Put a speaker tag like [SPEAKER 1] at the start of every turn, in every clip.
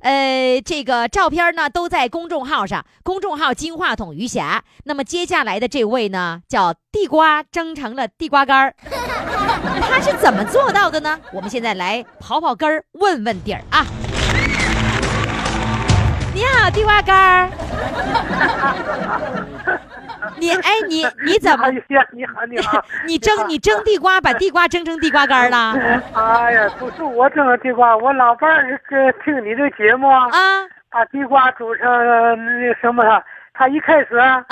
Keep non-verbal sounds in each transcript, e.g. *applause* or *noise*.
[SPEAKER 1] 呃，这个照片儿呢都在公众号上，公众号“金话筒余霞”。那么接下来的这位呢，叫地瓜蒸成了地瓜干儿，他是怎么做到的呢？我们现在来刨刨根儿，问问底儿啊。你好，地瓜干儿。你哎，你你怎么，
[SPEAKER 2] 哎呀，你好，你好
[SPEAKER 1] *laughs* 你蒸你蒸地瓜，把地瓜蒸成地瓜干儿了？
[SPEAKER 2] *laughs* 哎呀，不是我整的地瓜，我老伴儿跟听你这节目，
[SPEAKER 1] 啊
[SPEAKER 2] 把地瓜煮成那什么了。他一开始
[SPEAKER 1] 啊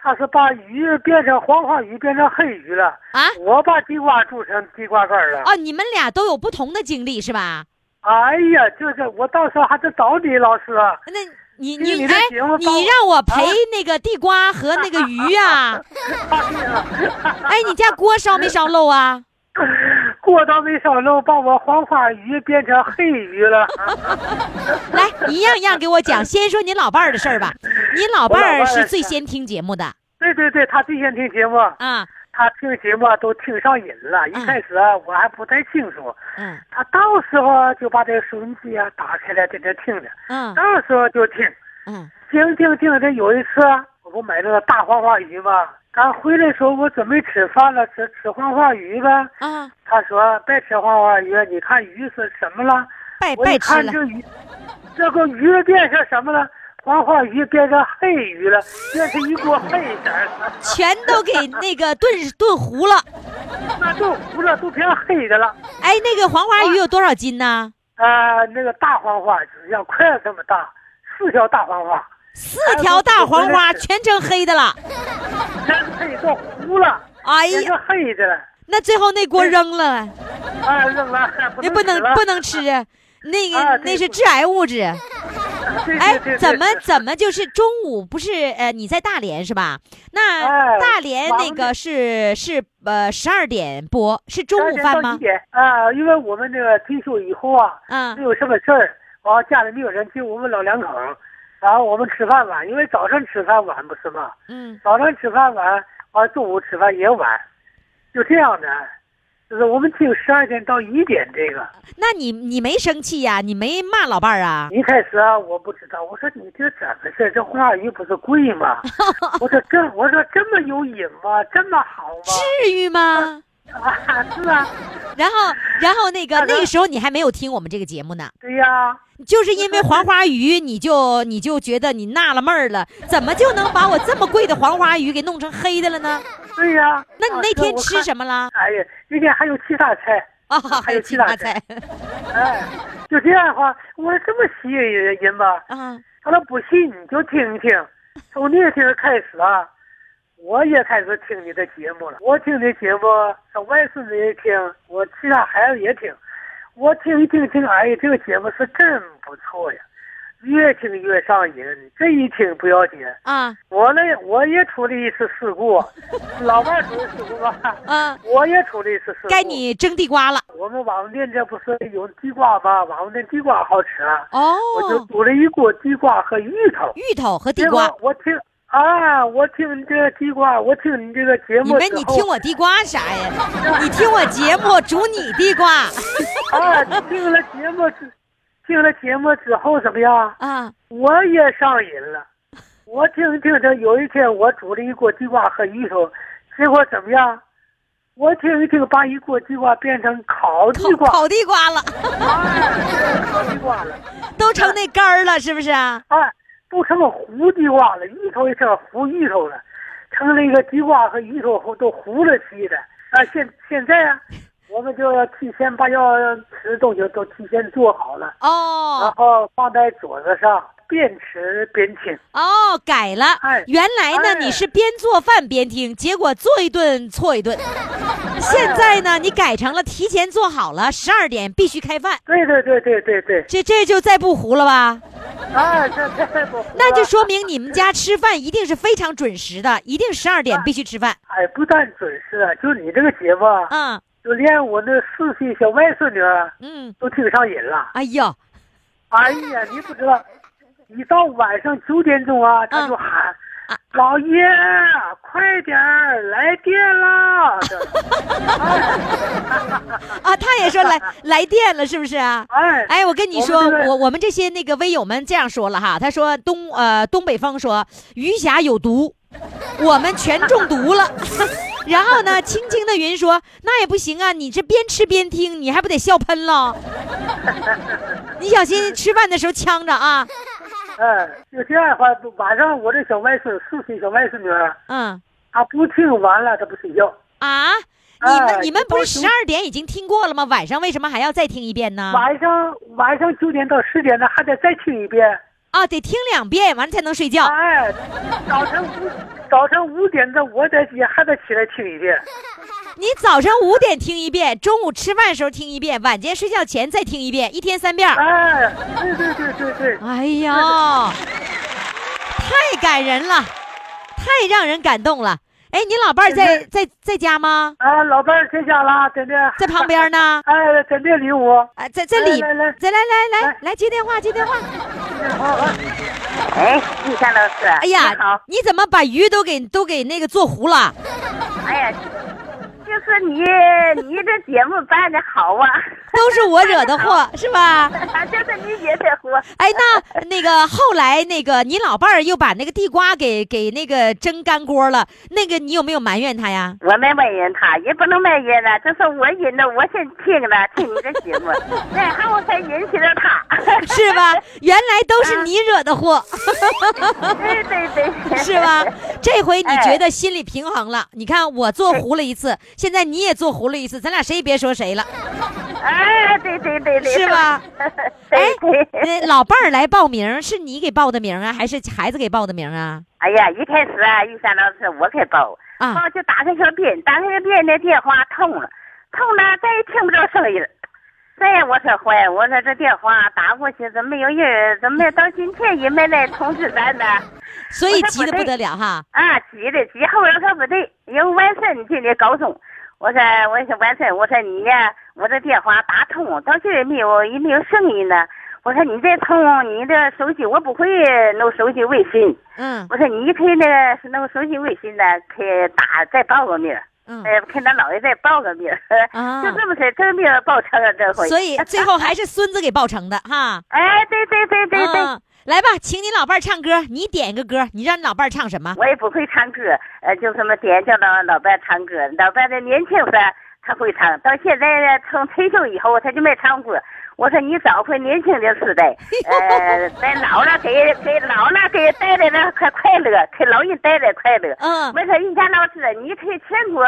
[SPEAKER 2] 他是把鱼变成黄花鱼变成黑鱼了，
[SPEAKER 1] 啊！
[SPEAKER 2] 我把地瓜煮成地瓜干儿了。
[SPEAKER 1] 哦，你们俩都有不同的经历是吧？
[SPEAKER 2] 哎呀，就是我到时候还得找你老师。啊
[SPEAKER 1] 那你
[SPEAKER 2] 听
[SPEAKER 1] 你
[SPEAKER 2] 你这
[SPEAKER 1] 哎
[SPEAKER 2] 节目，帮
[SPEAKER 1] 你
[SPEAKER 2] 我
[SPEAKER 1] 让我陪那个地瓜和那个鱼啊！哎，你家锅烧没烧
[SPEAKER 2] *laughs*
[SPEAKER 1] 漏啊？
[SPEAKER 2] 过到没烧漏，把我黄花鱼变成黑鱼
[SPEAKER 1] *laughs*
[SPEAKER 2] 了。
[SPEAKER 1] 来，一样样给我讲。先说你老伴儿的事儿吧。你老伴儿是最先听节目的
[SPEAKER 2] 对对对，他最先听节目，
[SPEAKER 1] 啊。
[SPEAKER 2] 他听节目啊都听上瘾了。一
[SPEAKER 1] 嗯
[SPEAKER 2] 开始啊我还不太清楚，
[SPEAKER 1] 嗯
[SPEAKER 2] 他到时候啊就把这个收音机啊打开了，在这听着，
[SPEAKER 1] 嗯
[SPEAKER 2] 到时候就听，
[SPEAKER 1] 嗯
[SPEAKER 2] 听听听着。有一次啊我不买那个大黄花鱼吗？刚回来的时候我准备吃饭了，吃吃黄花鱼呗。
[SPEAKER 1] 啊，
[SPEAKER 2] 他说别吃黄花鱼，你看鱼是什么了？
[SPEAKER 1] 拜
[SPEAKER 2] 我一
[SPEAKER 1] 拜吃
[SPEAKER 2] 看
[SPEAKER 1] 了。
[SPEAKER 2] 这鱼，这个鱼变成什么了？黄花鱼变成黑鱼了，变成一锅黑色儿了，
[SPEAKER 1] 全都给那个炖炖糊了。
[SPEAKER 2] 那都糊了，都变黑的了。
[SPEAKER 1] 哎，那个黄花鱼有多少斤呢？
[SPEAKER 2] 啊，那个大黄花只要筷子这么大，四条大黄花，
[SPEAKER 1] 四条大黄
[SPEAKER 2] 哎
[SPEAKER 1] 花全成黑的了。
[SPEAKER 2] 全黑都糊了，
[SPEAKER 1] 哎
[SPEAKER 2] 变
[SPEAKER 1] 呀，
[SPEAKER 2] 成黑的了。
[SPEAKER 1] 那最后那锅扔了。
[SPEAKER 2] 啊，扔了，
[SPEAKER 1] 那不能
[SPEAKER 2] 吃了
[SPEAKER 1] 不能吃，那个、
[SPEAKER 2] 啊对
[SPEAKER 1] 那是
[SPEAKER 2] 不
[SPEAKER 1] 致癌物质。
[SPEAKER 2] *laughs* 对
[SPEAKER 1] *laughs* 哎
[SPEAKER 2] 对对，
[SPEAKER 1] 怎么
[SPEAKER 2] 对
[SPEAKER 1] 怎么就是中午不是呃你在大连是吧？那
[SPEAKER 2] 哎
[SPEAKER 1] 大连
[SPEAKER 2] 忙
[SPEAKER 1] 那个是是呃十二点播是中午
[SPEAKER 2] 12
[SPEAKER 1] 饭
[SPEAKER 2] 到一
[SPEAKER 1] 吗？
[SPEAKER 2] 点啊，因为我们那个退休以后啊，
[SPEAKER 1] 啊
[SPEAKER 2] *laughs* 没有什么事儿，完后家里没有人，就我们老两口儿，然后我们吃饭晚，因为早上吃饭晚不是吗？
[SPEAKER 1] 嗯
[SPEAKER 2] 早上吃饭晚，完了中午吃饭也晚，就这样的，就是我们只有十二点到一点这个。
[SPEAKER 1] 那你你没生气呀、你没骂老伴儿啊？
[SPEAKER 2] 一开始啊，我不知道，我说你这怎么事？这花鱼不是贵吗？ *laughs* 我说这，我说这么有瘾吗？这么好吗？
[SPEAKER 1] 至于吗？
[SPEAKER 2] 啊，是啊，
[SPEAKER 1] 然后然后那个
[SPEAKER 2] 啊然
[SPEAKER 1] 那个
[SPEAKER 2] 后
[SPEAKER 1] 时候你还没有听我们这个节目呢，
[SPEAKER 2] 对呀、
[SPEAKER 1] 就是因
[SPEAKER 2] *laughs*
[SPEAKER 1] 为黄花鱼，你就你就觉得你纳了闷儿了，怎么就能把我这么贵的黄花鱼给弄成黑的了呢？
[SPEAKER 2] 对呀、啊
[SPEAKER 1] 那你那天吃
[SPEAKER 2] 么？
[SPEAKER 1] 什么了？
[SPEAKER 2] 哎呀，那天还有其他菜，
[SPEAKER 1] 啊，
[SPEAKER 2] 还有
[SPEAKER 1] 其
[SPEAKER 2] 其
[SPEAKER 1] 他
[SPEAKER 2] 他
[SPEAKER 1] 菜
[SPEAKER 2] 菜哎，就这样的话，我说这么吸引人吧？
[SPEAKER 1] *laughs* 啊，
[SPEAKER 2] 他说不信你就听一听。从那天开始啊，我也开始听你的节目了。我听你节目，我外孙子也听，我其他孩子也听。我听一听听，哎呀，这个节目是真不错呀，越听越上瘾。这一听不要紧，
[SPEAKER 1] 啊
[SPEAKER 2] 我呢我也出了一次事故，老伴儿出的事故吧，
[SPEAKER 1] 啊，
[SPEAKER 2] 我也出了一次事故。
[SPEAKER 1] 该你蒸地瓜了
[SPEAKER 2] 我们网店这不是有地瓜吗？网店地瓜好吃啊，我就
[SPEAKER 1] 哦，
[SPEAKER 2] 煮了一锅地瓜和芋头。
[SPEAKER 1] 芋头和地
[SPEAKER 2] 结
[SPEAKER 1] 瓜
[SPEAKER 2] 果。我听啊，我听你这个地瓜，我听你这个节
[SPEAKER 1] 你
[SPEAKER 2] 目之后，
[SPEAKER 1] 们你听我地瓜啥呀？你听我节目煮你地瓜
[SPEAKER 2] 啊，你听了节目之，听了节目之后怎么样？
[SPEAKER 1] 啊
[SPEAKER 2] 我也上瘾了。我听听着，有一天我煮了一锅地瓜和芋头，结果怎么样？我听一听，把一锅地瓜变成烤地
[SPEAKER 1] 烤
[SPEAKER 2] 瓜，
[SPEAKER 1] 烤地瓜了，
[SPEAKER 2] 哎，烤地瓜了。
[SPEAKER 1] 都成那干儿了，是不是啊？
[SPEAKER 2] 哎，都成了糊地瓜了，芋头也成糊芋头了，成那个地瓜和芋头都糊了似的。啊，现现在啊，我们就要提前把要吃东西都提前做好了，然
[SPEAKER 1] 哦
[SPEAKER 2] 后放在桌子上，边吃边听。
[SPEAKER 1] 哦，改了。
[SPEAKER 2] 啊哎
[SPEAKER 1] 原来呢，
[SPEAKER 2] 哎
[SPEAKER 1] 你是边做饭边听，结果做一顿错一
[SPEAKER 2] *laughs*
[SPEAKER 1] 顿。现在呢，你改成了提前做好了，十二点必须开饭。
[SPEAKER 2] 对对对对对对，
[SPEAKER 1] 这这就再不糊了吧？
[SPEAKER 2] 哎，这太不服了
[SPEAKER 1] *laughs* 那就说明你们家吃饭一定是非常准时的，一定十二点必须吃饭。
[SPEAKER 2] 哎，不但准时啊，就你这个节目啊，
[SPEAKER 1] 嗯
[SPEAKER 2] 就连我那四岁小外孙女啊
[SPEAKER 1] 嗯，
[SPEAKER 2] 都听上瘾了。
[SPEAKER 1] 哎呦，
[SPEAKER 2] 哎呀，你不知道，一到晚上九点钟啊，
[SPEAKER 1] 嗯
[SPEAKER 2] 他就喊：“
[SPEAKER 1] 啊
[SPEAKER 2] 老爷，快点儿来电啦！”这
[SPEAKER 1] 啊，他也说来来电了，是不是啊？
[SPEAKER 2] 哎
[SPEAKER 1] *laughs* 哎，我跟你
[SPEAKER 2] 我们
[SPEAKER 1] 说，
[SPEAKER 2] 这个
[SPEAKER 1] 我我们这些那个微友们这样说了哈，他说东呃东北风说鱼霞有毒，我们全中毒了。 *laughs* 然后呢，青青的云说那也不行啊，你这边吃边听，你还不得笑喷了？ *laughs* 你小心吃饭的时候呛着啊。
[SPEAKER 2] 哎，就这样的话，晚上我这小外孙四岁小外孙女，
[SPEAKER 1] 嗯
[SPEAKER 2] 她不听完了，她不睡觉。
[SPEAKER 1] 啊，你们
[SPEAKER 2] 哎
[SPEAKER 1] 你们不
[SPEAKER 2] 这
[SPEAKER 1] 是十
[SPEAKER 2] 都
[SPEAKER 1] 二点已经听过了吗？晚上为什么还要再听一遍呢？
[SPEAKER 2] 晚上晚上九点到十点呢，还得再听一遍。
[SPEAKER 1] 啊，得听两遍完了才能睡觉。
[SPEAKER 2] 哎，早晨五早晨五点的我得也还得起来听一遍。
[SPEAKER 1] 你早上五点听一遍，中午吃饭时候听一遍，晚间睡觉前再听一遍，一天三遍儿。
[SPEAKER 2] 哎，对对对对对，
[SPEAKER 1] 哎呀，太感人了，太让人感动了。哎，你老伴儿在在在家吗？
[SPEAKER 2] 啊，老伴儿在家了，在那
[SPEAKER 1] 在旁边呢？
[SPEAKER 2] 哎，在那里我。
[SPEAKER 1] 啊，在在里，
[SPEAKER 2] 来来来
[SPEAKER 1] 在来来来
[SPEAKER 2] 来
[SPEAKER 1] 来接电话接电话。
[SPEAKER 3] 哎，玉山老师，
[SPEAKER 1] 哎呀
[SPEAKER 3] 你好，，
[SPEAKER 1] 你怎么把鱼都给都给那个做糊了？
[SPEAKER 3] 哎呀，就是你，你这节目办的好啊，
[SPEAKER 1] 都是我惹的祸是吧？
[SPEAKER 3] 就是你也得活，
[SPEAKER 1] 哎，那那个后来那个你老伴儿又把那个地瓜给给那个蒸干锅了，那个你有没有埋怨他呀？
[SPEAKER 3] 我没埋怨他，也不能埋怨他，这是我引的，我先听的，听你的节目，然后才引起了他，
[SPEAKER 1] 是吧？原来都是你惹的祸， *laughs*
[SPEAKER 3] 对对对，
[SPEAKER 1] 是吧？这回你
[SPEAKER 3] 哎
[SPEAKER 1] 觉得心里平衡了？你看我做糊了一次，现在你也做糊了一次，咱俩谁也别说谁了，
[SPEAKER 3] 哎，对对对对，
[SPEAKER 1] 是吧？
[SPEAKER 3] 对对。
[SPEAKER 1] 那老伴儿来报名，是你给报的名啊，还是孩子给报的名啊？
[SPEAKER 3] 哎呀，一开始啊，玉山老师我给报，
[SPEAKER 1] 啊
[SPEAKER 3] 报就打给小斌，打给小斌的电话通了，通了再也听不着声音了。再呀，我说坏，我说这电话打过去怎么没有人？怎么到今天也没来通知咱呢？
[SPEAKER 1] 所以急得不得了哈。
[SPEAKER 3] 啊，急的急，后边说不对，有完事你进的高中。我说，我说完事我说你呀，我这电话打通，到现在没有也没有声音呢。我说你这通你的手机，我不会弄手机微信。
[SPEAKER 1] 嗯
[SPEAKER 3] 我说你可以那个那个手机微信呢，可以打再报个名儿，
[SPEAKER 1] 嗯
[SPEAKER 3] 呃，给咱姥爷再报个名儿，
[SPEAKER 1] 啊
[SPEAKER 3] *laughs* 就这么事，这个名儿报成了这回。
[SPEAKER 1] 所
[SPEAKER 3] *laughs*
[SPEAKER 1] 以最后还是孙子给报成的哈。
[SPEAKER 3] 哎，对对 *laughs* 对对对，
[SPEAKER 1] 嗯，来吧，请你老伴儿唱歌，你点个歌，你让你老伴儿唱什么？
[SPEAKER 3] 我也不会唱歌，呃，就这么点叫老老伴儿唱歌，老伴儿在年轻时候他会唱，到现在呢，从退休以后他就没唱过。我说你找回年轻的时
[SPEAKER 1] *laughs*
[SPEAKER 3] 代，呃，在老了给给老了给带来了快快乐，给老人带来快乐。
[SPEAKER 1] 嗯，
[SPEAKER 3] 我说玉佳老师，你给全国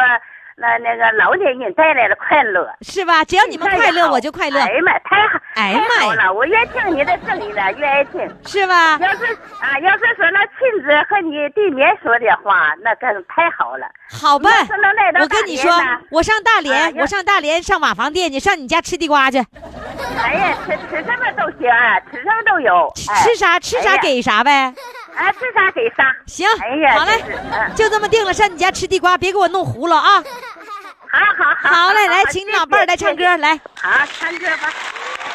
[SPEAKER 3] 那那个老年人带来了快乐。
[SPEAKER 1] 是吧？只要你们
[SPEAKER 3] 太
[SPEAKER 1] 快乐，
[SPEAKER 3] 好
[SPEAKER 1] 我就快乐，
[SPEAKER 3] 哎呀妈，太好，
[SPEAKER 1] 哎呀妈呀
[SPEAKER 3] 太好了！我越听你的声音呢，越爱听。
[SPEAKER 1] 是吧？
[SPEAKER 3] 要是啊，要是说那亲子和你对面说的话，那更太好了。
[SPEAKER 1] 好办
[SPEAKER 3] 那说能来，到
[SPEAKER 1] 我跟你说
[SPEAKER 3] 大连呢，
[SPEAKER 1] 我上大
[SPEAKER 3] 啊
[SPEAKER 1] 连，
[SPEAKER 3] 要
[SPEAKER 1] 我上大连上瓦房店去，上你家吃地瓜去，
[SPEAKER 3] 哎呀，吃吃什么都行，吃什么都有。
[SPEAKER 1] 吃
[SPEAKER 3] 哎
[SPEAKER 1] 吃啥吃
[SPEAKER 3] 哎
[SPEAKER 1] 啥
[SPEAKER 3] 呀
[SPEAKER 1] 给啥呗。
[SPEAKER 3] 啊，吃啥给啥。
[SPEAKER 1] 行，
[SPEAKER 3] 哎呀，
[SPEAKER 1] 好嘞
[SPEAKER 3] 真是，嗯，
[SPEAKER 1] 就这么定了，上你家吃地瓜，别给我弄糊了啊！
[SPEAKER 3] 好好好。
[SPEAKER 1] 好嘞，来，
[SPEAKER 3] 好
[SPEAKER 1] 请你老伴儿来唱。
[SPEAKER 3] 谢谢
[SPEAKER 1] 歌，来，
[SPEAKER 3] 谢谢好，唱歌吧。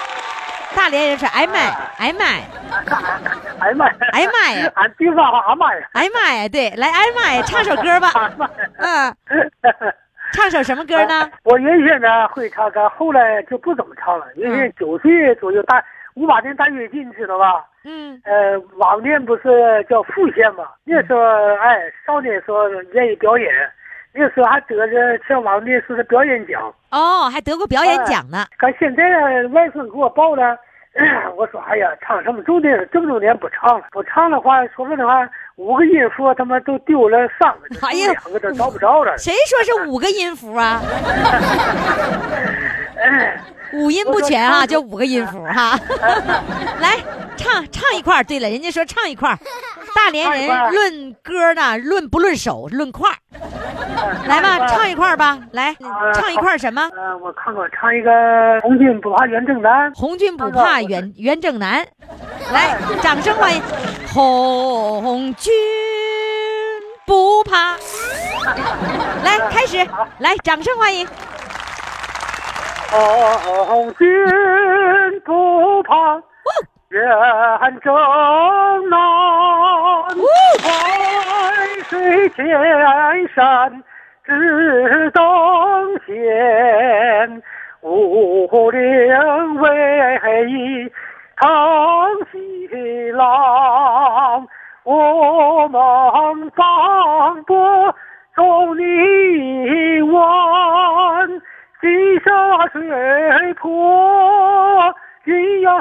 [SPEAKER 1] 大连人说，哎妈，
[SPEAKER 3] 嗯
[SPEAKER 1] 哎妈，
[SPEAKER 2] *laughs* 哎呀妈呀！
[SPEAKER 1] 哎呀妈呀
[SPEAKER 2] 俺地方俺妈呀！
[SPEAKER 1] 哎妈呀，对，来，哎妈呀，唱首歌吧，
[SPEAKER 2] 俺妈呀！
[SPEAKER 1] 嗯，唱首什么歌呢？
[SPEAKER 2] *laughs* 我原先呢会唱歌，后来就不怎么唱了。因为九岁左右大五八年大跃进，知道吧？
[SPEAKER 1] 嗯，
[SPEAKER 2] 呃，往年不是叫复线嘛？那时候哎，少年时候愿意表演，那时候还得着像往年似的表演奖。
[SPEAKER 1] 哦，还得过表演奖呢，
[SPEAKER 2] 可现在呢外孙给我
[SPEAKER 4] *clears throat*
[SPEAKER 2] 报了，我说哎呀，唱什么重点正重点不唱了，不唱的话，说实话，
[SPEAKER 4] 啊五个音符他妈都丢了三个字，
[SPEAKER 1] 哎
[SPEAKER 4] 丢
[SPEAKER 1] 呀
[SPEAKER 4] 两个字找不着了。
[SPEAKER 1] 谁说是五个音符啊？五音不全啊，就五个音符哈、来唱唱一块儿。对了，人家说唱一块儿，大连
[SPEAKER 4] 唱一块
[SPEAKER 1] 人
[SPEAKER 4] 儿
[SPEAKER 1] 论歌呢，论不论手，论块儿。来吧，唱一块儿吧。来，唱一块儿什么？
[SPEAKER 4] 呃，我看过唱一个《红军不怕袁正南》，
[SPEAKER 1] 红军不怕袁袁正南，来，掌声欢迎！红军不怕，来开始，来掌声欢迎！
[SPEAKER 4] 哦红军不怕远征南，淮水千山至东线，五岭为一长西郎，我们磅礴众你湾，地下水泊云呀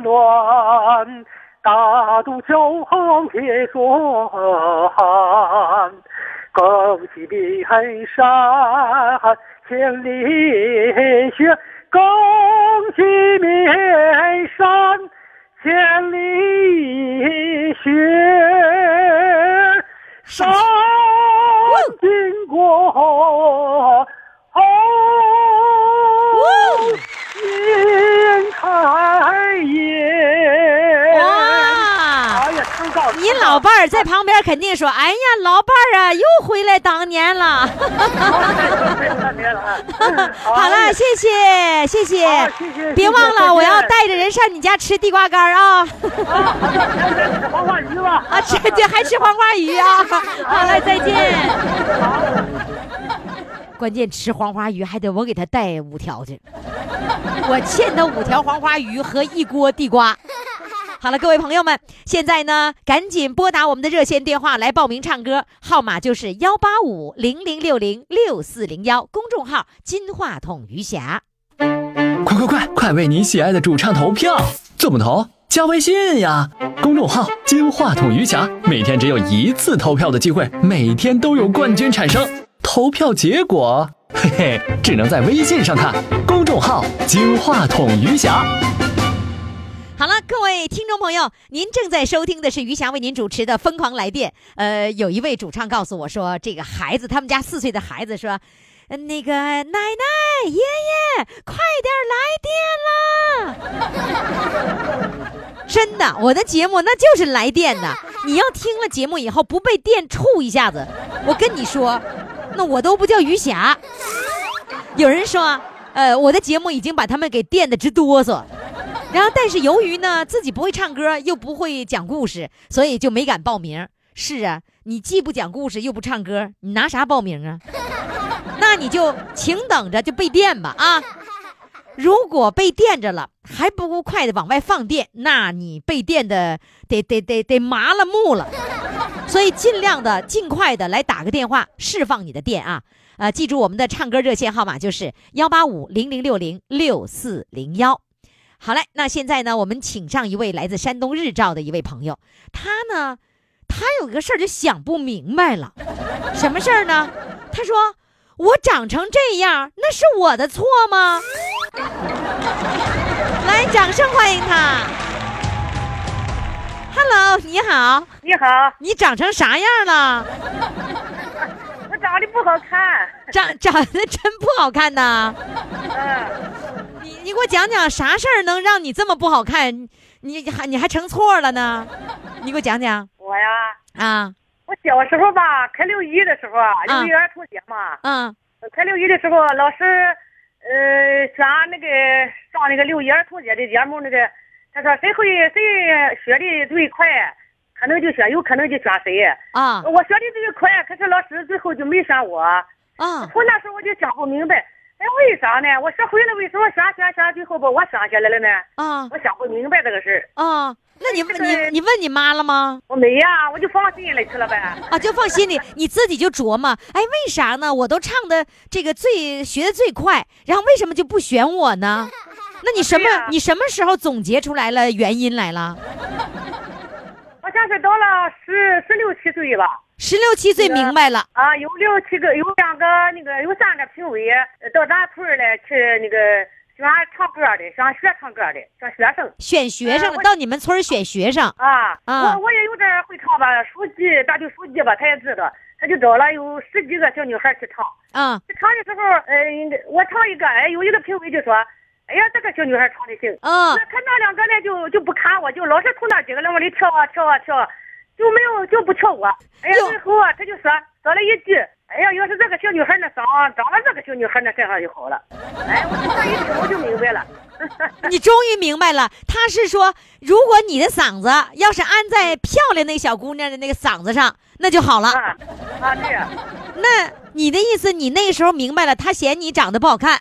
[SPEAKER 4] 暖，大渡桥航铁船，高起碧海山，千里雪，高起绵山，千里雪。上经过红云开颜。
[SPEAKER 1] 哇，
[SPEAKER 4] 哎呀，唱到
[SPEAKER 1] 你老伴儿在旁边肯定说：“哎呀，老伴儿啊，又回来当年了。
[SPEAKER 4] 了”
[SPEAKER 1] *laughs* 好了，谢谢谢
[SPEAKER 4] 嗯好
[SPEAKER 1] 谢
[SPEAKER 4] 谢谢，
[SPEAKER 1] 别忘
[SPEAKER 4] 谢谢再
[SPEAKER 1] 了
[SPEAKER 4] 见
[SPEAKER 1] 我要带着人上你家吃地瓜干儿啊。
[SPEAKER 4] 吃黄花鱼吧。
[SPEAKER 1] 啊，吃这还吃黄花鱼啊！ *laughs* 好了，再见。关键吃黄花鱼还得我给他带五条去，我欠他五条黄花鱼和一锅地瓜。好了，各位朋友们，现在呢，赶紧拨打我们的热线电话来报名唱歌，号码就是幺八五零零六零六四零幺，公众号“金话筒余霞
[SPEAKER 5] 快快快，快为你喜爱的主唱投票！怎么投？加微信呀，公众号“金话筒余霞”，每天只有一次投票的机会，每天都有冠军产生。投票结果，嘿嘿，只能在微信上看。公众号“金话筒余霞”。”。
[SPEAKER 1] 好了，各位听众朋友，您正在收听的是余霞为您主持的《疯狂来电》。呃，有一位主唱告诉我说，这个孩子，他们家四岁的孩子说，呃那个奶奶、爷爷，快点儿来电啦！真的，我的节目那就是来电呐！你要听了节目以后不被电触一下子，我跟你说，那我都不叫余霞。有人说，呃，我的节目已经把他们给电的直哆嗦。然后，但是由于呢自己不会唱歌，又不会讲故事，所以就没敢报名。是啊，你既不讲故事又不唱歌，你拿啥报名啊？ *laughs* 那你就请等着就被电吧啊！如果被电着了，还不够快的往外放电，那你被电的得得得得麻了木了。所以尽量的、尽快的来打个电话，释放你的电啊！呃，记住我们的唱歌热线号码就是幺八五零零六零六四零幺。好嘞，那现在呢，我们请上一位来自山东日照的一位朋友，他呢，他有个事儿就想不明白了，什么事儿呢？他说：“我长成这样，那是我的错吗？”来，掌声欢迎他。Hello，你好，
[SPEAKER 6] 你好，
[SPEAKER 1] 你长成啥样了？
[SPEAKER 6] 我长得不好看，
[SPEAKER 1] 长长得真不好看呐！
[SPEAKER 6] 嗯，
[SPEAKER 1] 你你给我讲讲啥事儿能让你这么不好看？你还你还成错了呢？你给我讲讲
[SPEAKER 6] 我呀，
[SPEAKER 1] 啊！
[SPEAKER 6] 我小时候吧，开六一的时候啊，
[SPEAKER 1] 嗯
[SPEAKER 6] 幼儿园脱节嘛，
[SPEAKER 1] 嗯
[SPEAKER 6] 开六一的时候，老师，呃，选俺那个上那个六一儿童节的节目那个，他说谁会谁学的最快，可能就选，有可能就选谁。
[SPEAKER 1] 啊
[SPEAKER 6] 我学的最快，可是老师最后就没选我。
[SPEAKER 1] 啊！
[SPEAKER 6] 从那时候我就想不明白，哎，为啥呢？我学会了，为什么选选选，最后把我选下来了呢？
[SPEAKER 1] 啊
[SPEAKER 6] 我想不明白这个事儿。
[SPEAKER 1] 啊！那你
[SPEAKER 6] 这
[SPEAKER 1] 问
[SPEAKER 6] 个
[SPEAKER 1] 你你问你妈了吗？
[SPEAKER 6] 我没呀、我就放心里去了呗。
[SPEAKER 1] 啊，就放心里，你自己就琢磨，哎，为啥呢？我都唱的这个最学的最快，然后为什么就不选我呢？那你什么、
[SPEAKER 6] 对呀
[SPEAKER 1] 你什么时候总结出来了原因来了？
[SPEAKER 6] 我是像是到了十十六七岁吧，
[SPEAKER 1] 十六七岁明白了，
[SPEAKER 6] 啊，有六七个，有两个那个，有三个评委呃到咱村儿来去那个选唱歌的，想学唱歌的，选学生
[SPEAKER 1] 选学生
[SPEAKER 6] 呃
[SPEAKER 1] 了
[SPEAKER 6] 我
[SPEAKER 1] 到你们村儿选学生，
[SPEAKER 6] 啊。
[SPEAKER 1] 啊
[SPEAKER 6] 我我也有点会唱吧，书记大队书记吧，他也知道，他就找了有十几个小女孩去唱。
[SPEAKER 1] 嗯
[SPEAKER 6] 去唱的时候，呃，我唱一个，哎，有一个评委就说，哎呀，这个小女孩唱的行。
[SPEAKER 1] 嗯
[SPEAKER 6] 那，他那两个呢，就就不看我，就老是从那几个人往里跳啊跳啊跳啊，就没有就不跳我。哎呀
[SPEAKER 1] 哟，
[SPEAKER 6] 最后啊，他就说说了一句，哎呀，要是这个小女孩那长长了这个小女孩那身上就好了。哎，我就这一听我就明白了。
[SPEAKER 1] 你终于明白了，他是说，如果你的嗓子要是安在漂亮那小姑娘的那个嗓子上，那就好了。
[SPEAKER 6] 啊啊，对啊，
[SPEAKER 1] 那你的意思，你那时候明白了，他嫌你长得不好看，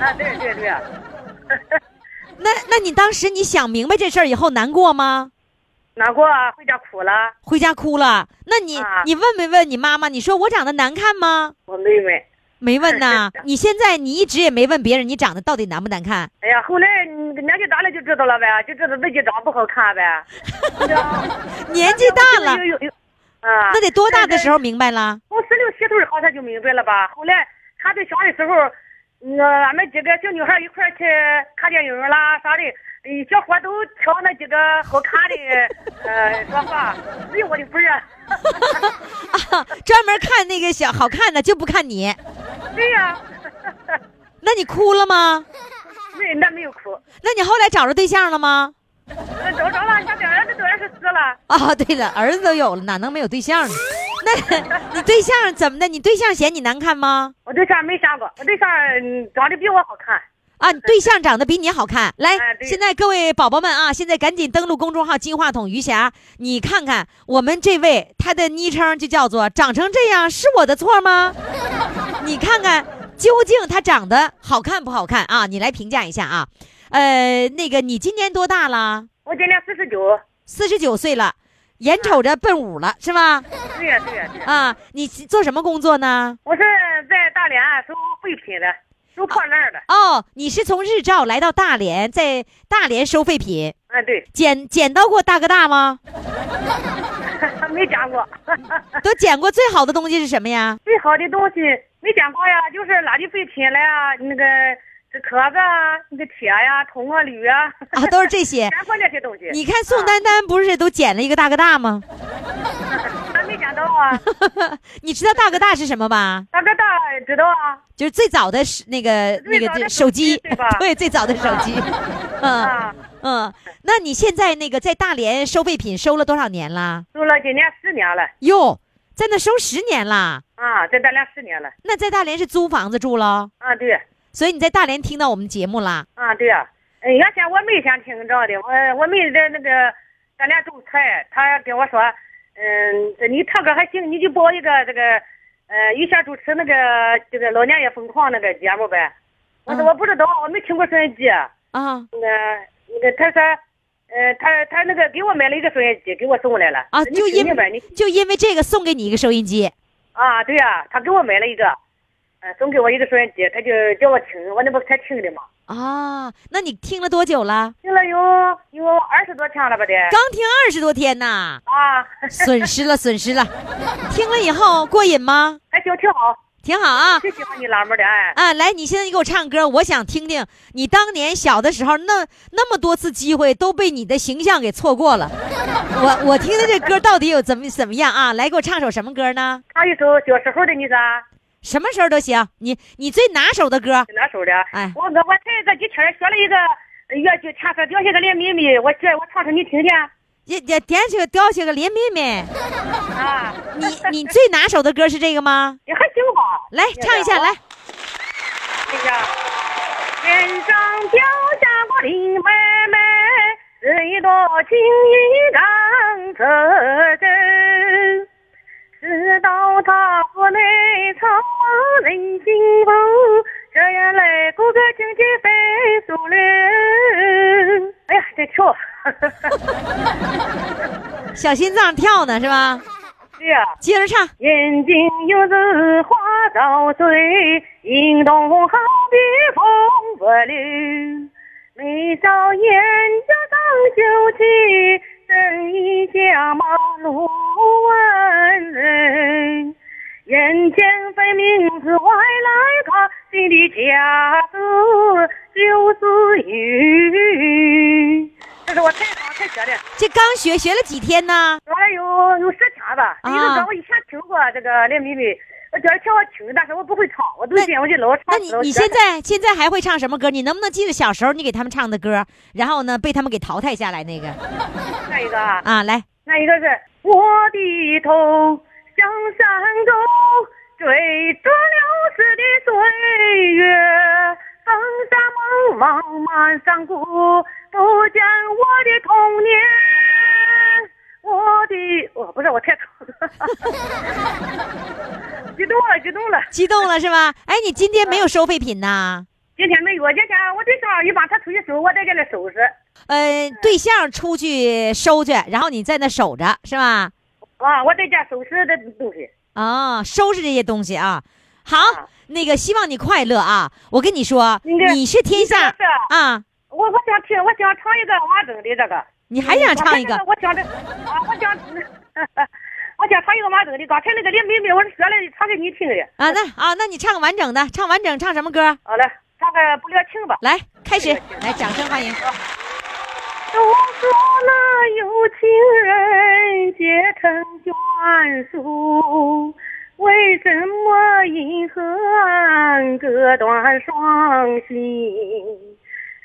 [SPEAKER 6] 啊对对对啊，
[SPEAKER 1] 那那你当时你想明白这事儿以后难过吗？
[SPEAKER 6] 难过啊，回家哭了。
[SPEAKER 1] 回家哭了？那你
[SPEAKER 6] 啊
[SPEAKER 1] 你问没问你妈妈？你说我长得难看吗？
[SPEAKER 6] 我妹妹，
[SPEAKER 1] 没问呐
[SPEAKER 6] 是。是
[SPEAKER 1] 你现在你一直也没问别人你长得到底难不难
[SPEAKER 6] *laughs*
[SPEAKER 1] 看？
[SPEAKER 6] 哎呀，后来嗯年纪大了就知道了呗，就知道自己长不好看呗。
[SPEAKER 1] 年纪大了
[SPEAKER 6] 哎有，有有，啊，
[SPEAKER 1] 那得多大的时候明白了？
[SPEAKER 6] 从十六七岁好像就明白了吧。后来看对象的时候，嗯俺、们几个小女孩一块儿去看电影啦啥的，嗯小伙都挑那几个好看的，呃，说话， *laughs* 哎呦我的不是，
[SPEAKER 1] 啊，专门看那个小好看的，就不看你。
[SPEAKER 6] 对哎呀、 *laughs*
[SPEAKER 1] 那你哭了吗？
[SPEAKER 6] 没那没有哭，
[SPEAKER 1] 那你后来找着对象了吗？
[SPEAKER 6] 那找着了，现在儿子都二十四了，
[SPEAKER 1] *laughs* 啊，对了，儿子都有了，哪能没有对象呢？那你对象怎么的？你对象嫌你难看吗？
[SPEAKER 6] 我对象没想过，我对象嗯长得比我好看。
[SPEAKER 1] 啊，你对象长得比你好看。来
[SPEAKER 6] 哎，对
[SPEAKER 1] 现在各位宝宝们啊，现在赶紧登录公众号“金话筒余霞”，你看看我们这位，他的昵称就叫做“长成这样是我的错吗”？ *laughs* 你看看究竟他长得好看不好看啊？你来评价一下啊。呃，那个你今年多大了？
[SPEAKER 6] 我今年四十九，
[SPEAKER 1] 四十九岁了，眼瞅着奔五了，是吧？
[SPEAKER 6] 对呀、对呀、对呀、
[SPEAKER 1] 啊，你做什么工作呢？
[SPEAKER 6] 我是在大连啊收废品的，收破烂的。
[SPEAKER 1] 哦，你是从日照来到大连，在大连收废品，
[SPEAKER 6] 嗯，对，
[SPEAKER 1] 捡捡到过大哥大吗？
[SPEAKER 6] 没讲过。
[SPEAKER 1] 都捡过最好的东西是什么呀？
[SPEAKER 6] 最好的东西没讲过呀，就是垃圾废品了呀，那个这壳子啊，那个铁呀、铜啊、铝啊，
[SPEAKER 1] 啊，都是这些。
[SPEAKER 6] 全部那些东西。
[SPEAKER 1] 你看宋丹丹不是都捡了一个大哥大吗？
[SPEAKER 6] 咱没讲到啊，
[SPEAKER 1] 你知道大哥大是什么吧？
[SPEAKER 6] 大哥大知道啊，
[SPEAKER 1] 就是最早的是那个那
[SPEAKER 6] 最
[SPEAKER 1] 个
[SPEAKER 6] 早的
[SPEAKER 1] 这
[SPEAKER 6] 手
[SPEAKER 1] 手
[SPEAKER 6] 机
[SPEAKER 1] 机
[SPEAKER 6] 对吧，
[SPEAKER 1] 对，最早的手
[SPEAKER 6] *laughs*
[SPEAKER 1] 机。嗯
[SPEAKER 6] 啊，
[SPEAKER 1] 嗯，那你现在那个在大连收废品收了多少年啦？
[SPEAKER 6] 收了今年十年了
[SPEAKER 1] 哟，在那收十年啦。
[SPEAKER 6] 啊，在咱俩十年了
[SPEAKER 1] 那在大连是租房子住喽，
[SPEAKER 6] 啊，对
[SPEAKER 1] 所以你在大连听到我们节目啦。
[SPEAKER 6] 啊对啊，哎原先我妹先听着的，我我妹在那个咱俩种菜，她跟我说，嗯，你唱歌还行，你就报一个这个，呃，余霞主持那个这个老年也疯狂那个节目呗。我说
[SPEAKER 1] 嗯
[SPEAKER 6] 我不知道，我没听过收音机。
[SPEAKER 1] 啊
[SPEAKER 6] 那个那个他说，呃，他他那个给我买了一个收音机，给我送来了
[SPEAKER 1] 啊，
[SPEAKER 6] 你
[SPEAKER 1] 就
[SPEAKER 6] 听
[SPEAKER 1] 因
[SPEAKER 6] 听呗，你
[SPEAKER 1] 就因为这个送给你一个收音机，
[SPEAKER 6] 啊，对呀、他给我买了一个，呃，送给我一个收音机，他就叫我听，我那不才听的嘛，
[SPEAKER 1] 啊，那你听了多久了？
[SPEAKER 6] 听了有有二十多天了吧得，
[SPEAKER 1] 刚听二十多天呐，
[SPEAKER 6] 啊，
[SPEAKER 1] 损失了，损失了。听了以后过瘾吗？
[SPEAKER 6] 还行，哎挺好，
[SPEAKER 1] 挺好啊
[SPEAKER 6] 挺喜欢你栏目的，哎，
[SPEAKER 1] 啊！来，你现在给我唱歌，我想听听你当年小的时候那那么多次机会都被你的形象给错过了。我我听听这歌到底有怎么怎么样啊？来，给我唱首什么歌呢？
[SPEAKER 6] 唱一首小时候的你咋
[SPEAKER 1] 什么时候都行，你你最拿手的歌。
[SPEAKER 6] 哪首的？
[SPEAKER 1] 哎
[SPEAKER 6] 我我我才这几天学了一个越剧《天上掉下个连绵绵》，我这我唱唱你听听
[SPEAKER 1] 也也点起个吊起个连绵绵，
[SPEAKER 6] 啊，
[SPEAKER 1] 你你最拿手的歌是这个吗？
[SPEAKER 6] 也还行吧，
[SPEAKER 1] 来唱一下，来，
[SPEAKER 6] 哎呀，天上掉下我的妹妹，是一朵金玉当车针，直到她府内草人惊风，这样来过个经济飞苏人。哎呀，这 *laughs* 跳，
[SPEAKER 1] 小心脏跳呢是吧？
[SPEAKER 6] 对呀、
[SPEAKER 1] 接着唱，
[SPEAKER 6] 眼睛有似花早醉，引动好比风波流。眉梢眼角当休憩，这
[SPEAKER 4] 一家忙碌万人，人间分明是外来他，心里家子就是雨。这是我太早才学的，
[SPEAKER 1] 这刚学学了几天呢？
[SPEAKER 4] 学了哎有有十天吧。
[SPEAKER 1] 啊
[SPEAKER 4] 一个歌我以前听过这个练秘密，我觉得挺好听，但是我不会唱，我最近我就老
[SPEAKER 1] 那
[SPEAKER 4] 唱
[SPEAKER 1] 你
[SPEAKER 4] 老
[SPEAKER 1] 你
[SPEAKER 4] 学
[SPEAKER 1] 现在现在还会唱什么歌？你能不能记得小时候你给他们唱的歌，然后呢被他们给淘汰下来那个
[SPEAKER 4] 那一个啊。
[SPEAKER 1] 啊？来，
[SPEAKER 4] 那一个是我的头向山沟，追着流逝的岁月，风沙茫茫漫山谷，不见我的童年。我的，我、不是我太吵
[SPEAKER 1] *laughs*
[SPEAKER 4] 了， *laughs* 激动了，激动了。
[SPEAKER 1] 激动了是吧？哎，你今天没有收废品呐？
[SPEAKER 4] 今天没有，今天我对象一帮他出去收，我在这里收拾。
[SPEAKER 1] 呃，对象出去收去，然后你在那守着是吧？
[SPEAKER 4] 啊，我在家收拾的东西。
[SPEAKER 1] 啊，收拾这些东西啊。好
[SPEAKER 4] 啊，
[SPEAKER 1] 那个希望你快乐啊！我跟你说，
[SPEAKER 4] 那个
[SPEAKER 1] 你是天下
[SPEAKER 4] 你这个
[SPEAKER 1] 啊！
[SPEAKER 4] 我我想听，我想唱一个完整的这个。
[SPEAKER 1] 你还想唱一个？
[SPEAKER 4] 我想着，啊，我想， *laughs* 我想唱一个完整的。刚才那个林妹妹，我是学了唱给你听的。
[SPEAKER 1] 啊，那啊，那你唱个完整的，唱完整，唱什么歌？
[SPEAKER 4] 好了，唱个《不了情》吧。
[SPEAKER 1] 来，开始，来，掌声欢迎。
[SPEAKER 4] 都说那有情人结成眷属，为什么银河岸隔断双心？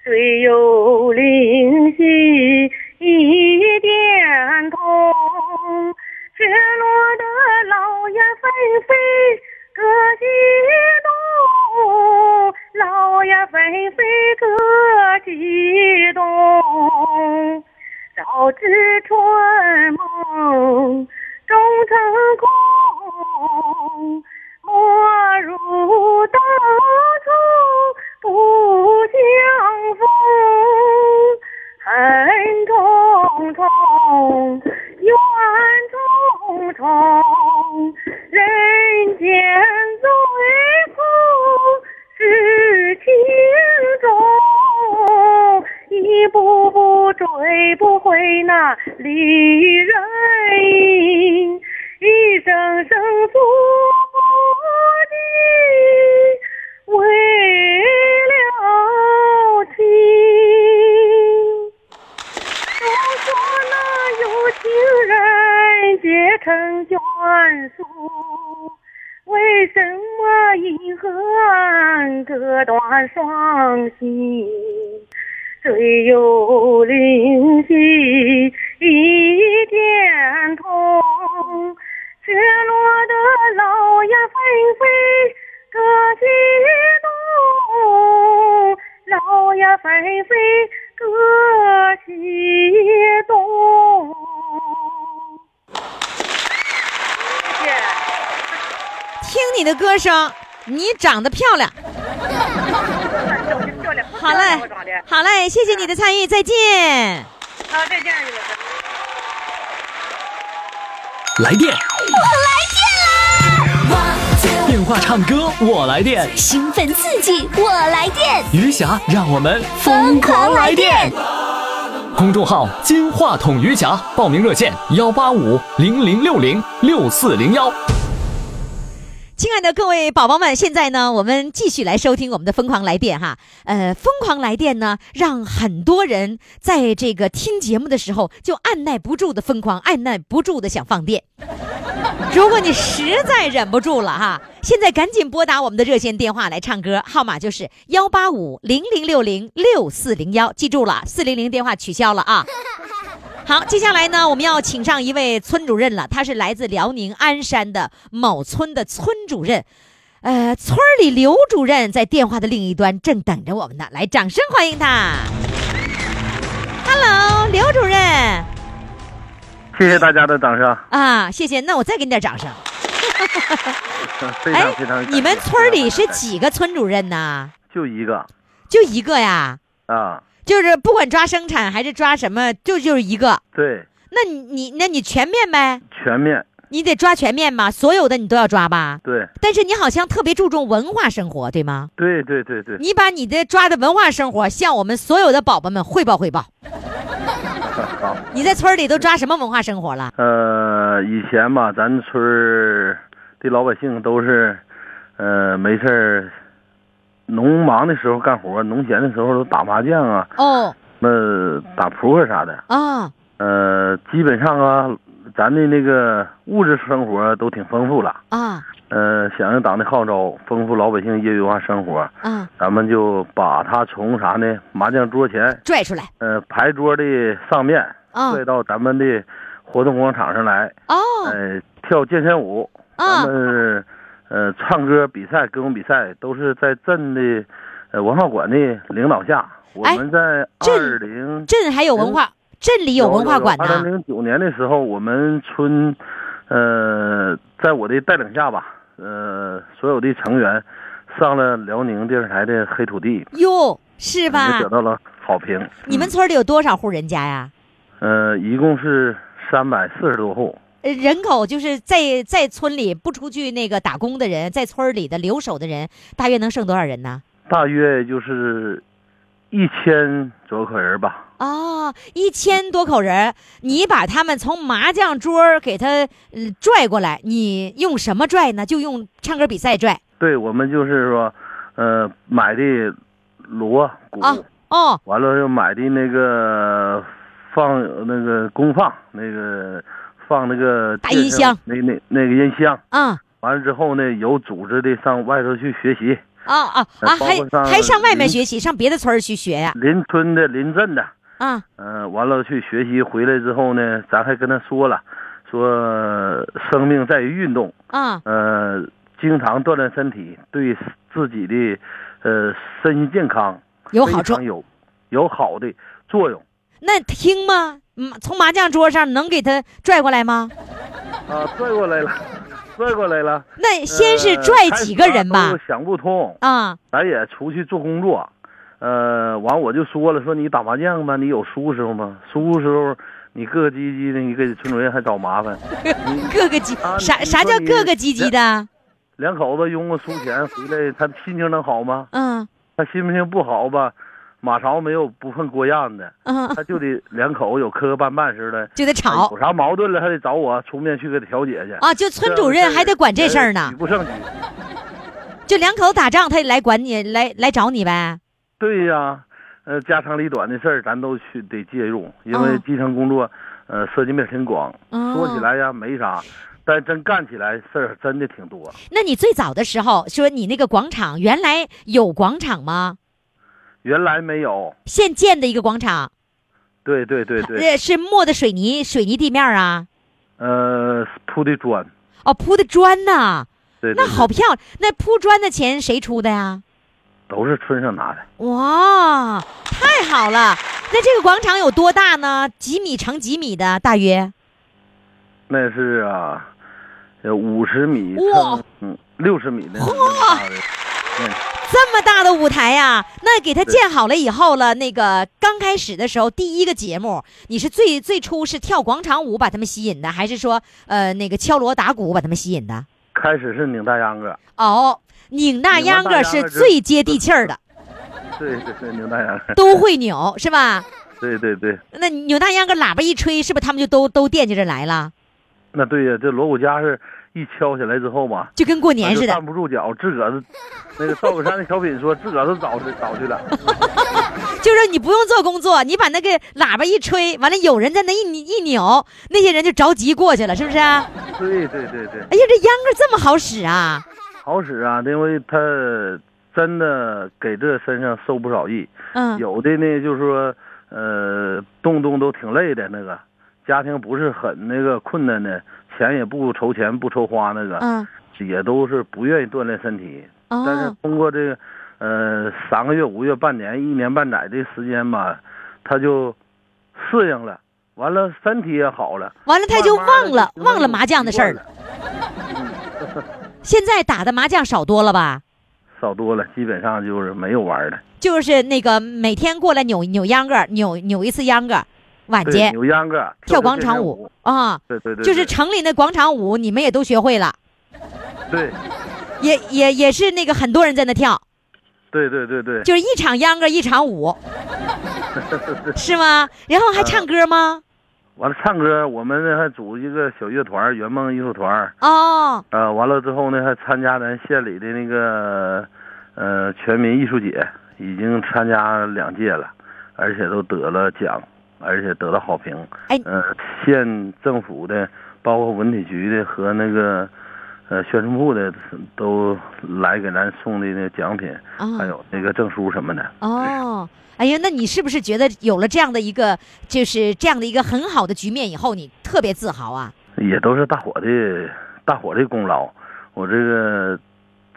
[SPEAKER 4] 虽有灵犀一点通，雪落的老燕纷飞各西东，老燕纷飞各西东。早知春梦终成空，莫如当初不相逢。恨重重，怨重重，人间最苦是情种。一步步追不回那离人影，一声声诉不尽为了情。都说那有情人结成眷属。为什么银河岸隔断双心？虽有灵犀一点通，雪落的老燕纷飞各西东，老燕纷飞各西东。谢谢。
[SPEAKER 1] 听你的歌声，你长得漂
[SPEAKER 4] *laughs*
[SPEAKER 1] 亮。好
[SPEAKER 4] 好
[SPEAKER 1] 嘞
[SPEAKER 4] 我长得，
[SPEAKER 1] 好嘞，谢谢你的参与，再见。
[SPEAKER 4] 啊，再见，你们。
[SPEAKER 5] 来电，我来电啦！电话唱歌，我来电。
[SPEAKER 3] 兴奋刺激，我来电！
[SPEAKER 5] 余霞，让我们疯狂来电！公众号“金话筒余霞”，报名热线：幺八五零零六零六四零幺。
[SPEAKER 1] 亲爱的各位宝宝们，现在呢，我们继续来收听我们的《疯狂来电》哈。呃，《疯狂来电》呢，让很多人在这个听节目的时候就按耐不住的疯狂，按耐不住的想放电。 *laughs* 如果你实在忍不住了哈，现在赶紧拨打我们的热线电话来唱歌，号码就是幺八五零零六零六四零幺，记住了，四零零电话取消了啊。好，接下来呢，我们要请上一位村主任了，他是来自辽宁鞍山的某村的村主任，呃，村儿里刘主任在电话的另一端正等着我们呢，来，掌声欢迎他。Hello，刘主任
[SPEAKER 7] 谢谢大家的掌声，
[SPEAKER 1] 啊，谢谢，那我再给你点掌声。
[SPEAKER 7] *laughs*
[SPEAKER 1] 哎
[SPEAKER 7] 非常非常感谢。
[SPEAKER 1] 你们村儿里是
[SPEAKER 7] 非常感谢？
[SPEAKER 1] 几个村主任呢？
[SPEAKER 7] 就一个
[SPEAKER 1] 就一个呀，
[SPEAKER 7] 啊，
[SPEAKER 1] 就是不管抓生产还是抓什么，就就是一个。
[SPEAKER 7] 对，
[SPEAKER 1] 那你你那你全面呗，
[SPEAKER 7] 全面
[SPEAKER 1] 你得抓全面吧，所有的你都要抓吧。
[SPEAKER 7] 对，
[SPEAKER 1] 但是你好像特别注重文化生活，对吗？
[SPEAKER 7] 对对对对， *laughs*
[SPEAKER 1] 你把你的抓的文化生活向我们所有的宝宝们汇报汇报。
[SPEAKER 7] 啊。
[SPEAKER 1] 你在村儿里都抓什么文化生活了？
[SPEAKER 7] 呃，以前吧，咱村儿的老百姓都是，呃，没事儿，农忙的时候干活，农闲的时候都打麻将啊，
[SPEAKER 1] 哦
[SPEAKER 7] 那打扑克啥的。
[SPEAKER 1] 啊，
[SPEAKER 7] 呃，基本上啊，咱的那个物质生活都挺丰富了。
[SPEAKER 1] 啊
[SPEAKER 7] 呃，响应党的号召，丰富老百姓业余化生活，
[SPEAKER 1] 啊！
[SPEAKER 7] 咱们就把它从啥呢？麻将桌前，
[SPEAKER 1] 拽出来
[SPEAKER 7] 呃，牌桌的上面，
[SPEAKER 1] 啊
[SPEAKER 7] 拽到咱们的活动广场上来，
[SPEAKER 1] 哦
[SPEAKER 7] 呃，跳健身舞，
[SPEAKER 1] 啊
[SPEAKER 7] 咱们呃唱歌比赛、歌舞比赛都是在镇的呃文化馆的领导下，我
[SPEAKER 1] 哎
[SPEAKER 7] 们在
[SPEAKER 1] 镇
[SPEAKER 7] 二零
[SPEAKER 1] 镇还有文
[SPEAKER 7] 嗯
[SPEAKER 1] 化，镇里有文化馆
[SPEAKER 7] 二
[SPEAKER 1] 呢。
[SPEAKER 7] 零零九年的时候，我们村，呃，在我的带领下吧，呃，所有的成员上了辽宁电视台的黑土地，
[SPEAKER 1] 哟，是吧
[SPEAKER 7] 也得？到了好评。
[SPEAKER 1] 你们村儿里有多少户人家呀？
[SPEAKER 7] 呃，一共是三百四十多户。
[SPEAKER 1] 呃人口就是在在村里不出去那个打工的人，在村儿里的留守的人，大约能剩多少人呢？
[SPEAKER 7] 大约就是一千左右个人吧。
[SPEAKER 1] 哦，一千多口人，你把他们从麻将桌儿给他、呃拽过来，你用什么拽呢？就用唱歌比赛拽
[SPEAKER 7] 对，我们就是说，呃，买的锣鼓，
[SPEAKER 1] 啊！哦，
[SPEAKER 7] 完了又买的那个放那个功放，那个放那个
[SPEAKER 1] 大音箱，
[SPEAKER 7] 那那那个音箱。
[SPEAKER 1] 啊
[SPEAKER 7] 完了之后呢，有组织的上外头去学习，
[SPEAKER 1] 啊啊啊！
[SPEAKER 7] 呃包
[SPEAKER 1] 还
[SPEAKER 7] 括上嗯
[SPEAKER 1] 还上外面
[SPEAKER 7] 邻
[SPEAKER 1] 学习，上别的村儿去学呀、
[SPEAKER 7] 邻村的、邻镇的，
[SPEAKER 1] 啊！
[SPEAKER 7] 嗯、完了去学习，回来之后呢，咱还跟他说了，说生命在于运动，
[SPEAKER 1] 啊
[SPEAKER 7] 呃，经常锻炼身体，对自己的呃身心健康
[SPEAKER 1] 有好
[SPEAKER 7] 非
[SPEAKER 1] 处
[SPEAKER 7] 常。有有好的作用。
[SPEAKER 1] 那听吗？嗯，从麻将桌上能给他拽过来吗？
[SPEAKER 7] 啊，拽过来了，拽过来了。
[SPEAKER 1] 那先是
[SPEAKER 7] 呃
[SPEAKER 1] 拽几个人
[SPEAKER 7] 开始
[SPEAKER 1] 吧
[SPEAKER 7] 啊都。想不通，
[SPEAKER 1] 啊
[SPEAKER 7] 咱也出去做工作，呃，完我就说了，说你打麻将吧，你有输时候吗？输时候你各个唧唧的，你给村主任还找麻烦。
[SPEAKER 1] *laughs* 各个唧
[SPEAKER 7] 啊
[SPEAKER 1] 啥
[SPEAKER 7] 你
[SPEAKER 1] 啥
[SPEAKER 7] 说
[SPEAKER 1] 叫
[SPEAKER 7] 你
[SPEAKER 1] 各个唧唧的？
[SPEAKER 7] 两口子拥个输钱回来，他心情能好吗？
[SPEAKER 1] 嗯
[SPEAKER 7] 他心情不好吧，马勺没有不碰锅样的，
[SPEAKER 1] 嗯，
[SPEAKER 7] 他就得两口有磕磕绊绊似的。
[SPEAKER 1] 就得吵
[SPEAKER 7] 有啥矛盾了还得找我出面去给他调解去。
[SPEAKER 1] 啊！就村主任还得管这事儿呢
[SPEAKER 7] 举，不胜举。啊
[SPEAKER 1] 就两口子打仗，他也来管你，来来找你呗。
[SPEAKER 7] 对呀、呃，家长里短的事儿咱都去得介入，因为
[SPEAKER 1] 嗯
[SPEAKER 7] 基层工作，呃，涉及面挺广。
[SPEAKER 1] 嗯
[SPEAKER 7] 说起来呀没啥，但真干起来事儿真的挺多。
[SPEAKER 1] 那你最早的时候说你那个广场原来有广场吗？
[SPEAKER 7] 原来没有，
[SPEAKER 1] 现建的一个广场，
[SPEAKER 7] 对对对对，
[SPEAKER 1] 呃，是抹的水泥水泥地面啊，
[SPEAKER 7] 呃，铺的砖，
[SPEAKER 1] 哦，铺的砖呐，
[SPEAKER 7] 对对
[SPEAKER 1] 那好漂亮。那铺砖的钱谁出的呀？
[SPEAKER 7] 都是村上拿的。
[SPEAKER 1] 哇，太好了！那这个广场有多大呢？几米乘几米的，大约？
[SPEAKER 7] 那是啊，呃，五十米
[SPEAKER 1] 哇
[SPEAKER 7] 乘嗯六十米那么大的，
[SPEAKER 1] 这么大的舞台呀、那给它建好了以后了，那个刚开始的时候，第一个节目，你是最最初是跳广场舞把他们吸引的，还是说呃那个敲锣打鼓把他们吸引的？
[SPEAKER 7] 开始是拧大秧歌，
[SPEAKER 1] 哦，拧大秧歌是最接地气儿的，
[SPEAKER 7] 对对对，拧大秧歌，
[SPEAKER 1] 都会扭是吧？
[SPEAKER 7] 对对对，
[SPEAKER 1] 那扭大秧歌喇叭一吹，是不是他们就都都惦记着来了？
[SPEAKER 7] 那对呀，这锣鼓家是一敲起来之后嘛，
[SPEAKER 1] 就跟过年
[SPEAKER 7] 就
[SPEAKER 1] 似的。
[SPEAKER 7] 站不住脚，自个儿是那个赵本山的小品说，自个儿都找去找去了。
[SPEAKER 1] 就是你不用做工作，你把那个喇叭一吹，完了有人在那一扭一扭，那些人就着急过去了，是不是、啊？
[SPEAKER 7] 对对对对，
[SPEAKER 1] 哎呀，这秧歌这么好使啊！
[SPEAKER 7] 好使啊，因为他真的给这身上受不少益，
[SPEAKER 1] 嗯，
[SPEAKER 7] 有的呢就是说，呃，动动都挺累的那个，家庭不是很那个困难的，钱也不愁钱不愁花那个，
[SPEAKER 1] 嗯，
[SPEAKER 7] 也都是不愿意锻炼身体，但是
[SPEAKER 1] 哦，
[SPEAKER 7] 通过这个，呃，三个月、五个月、半年、一年半载的时间吧，他就适应了，完了身体也好了，
[SPEAKER 1] 完了他就
[SPEAKER 7] 慢慢
[SPEAKER 1] 忘
[SPEAKER 7] 地
[SPEAKER 1] 了
[SPEAKER 7] 就
[SPEAKER 1] 忘了麻将的事儿
[SPEAKER 7] 习
[SPEAKER 1] 了
[SPEAKER 7] 惯。
[SPEAKER 1] 现在打的麻将少多了吧？
[SPEAKER 7] 少多了，基本上就是没有玩儿的。
[SPEAKER 1] 就是那个每天过来扭扭秧歌，扭扭一次秧歌，晚
[SPEAKER 7] 对，
[SPEAKER 1] 间
[SPEAKER 7] 扭秧歌、
[SPEAKER 1] 跳
[SPEAKER 7] 跳
[SPEAKER 1] 广场
[SPEAKER 7] 舞
[SPEAKER 1] 舞，啊、
[SPEAKER 7] 对对对，
[SPEAKER 1] 就是
[SPEAKER 7] 对
[SPEAKER 1] 城里那广场舞，你们也都学会了，
[SPEAKER 7] 对
[SPEAKER 1] 也也也是那个很多人在那跳。
[SPEAKER 7] 对对对对， *laughs*
[SPEAKER 1] 就是一场秧歌一场舞，是吗？然后还唱歌吗？
[SPEAKER 7] 完了唱歌，我们呢还组一个小乐团儿，圆梦艺术团儿。
[SPEAKER 1] 哦，
[SPEAKER 7] 呃，完了之后呢，还参加咱县里的那个呃全民艺术节，已经参加两届了，而且都得了奖，而且得到好评。
[SPEAKER 1] 哎
[SPEAKER 7] 呃，县政府的，包括文体局的和那个呃宣传部的，都来给咱送的那奖品，还
[SPEAKER 1] 哦，
[SPEAKER 7] 有那个证书什么的。
[SPEAKER 1] 哦，哎呀，那你是不是觉得有了这样的一个，就是这样的一个很好的局面以后，你特别自豪啊？
[SPEAKER 7] 也都是大伙的大伙的功劳。我这个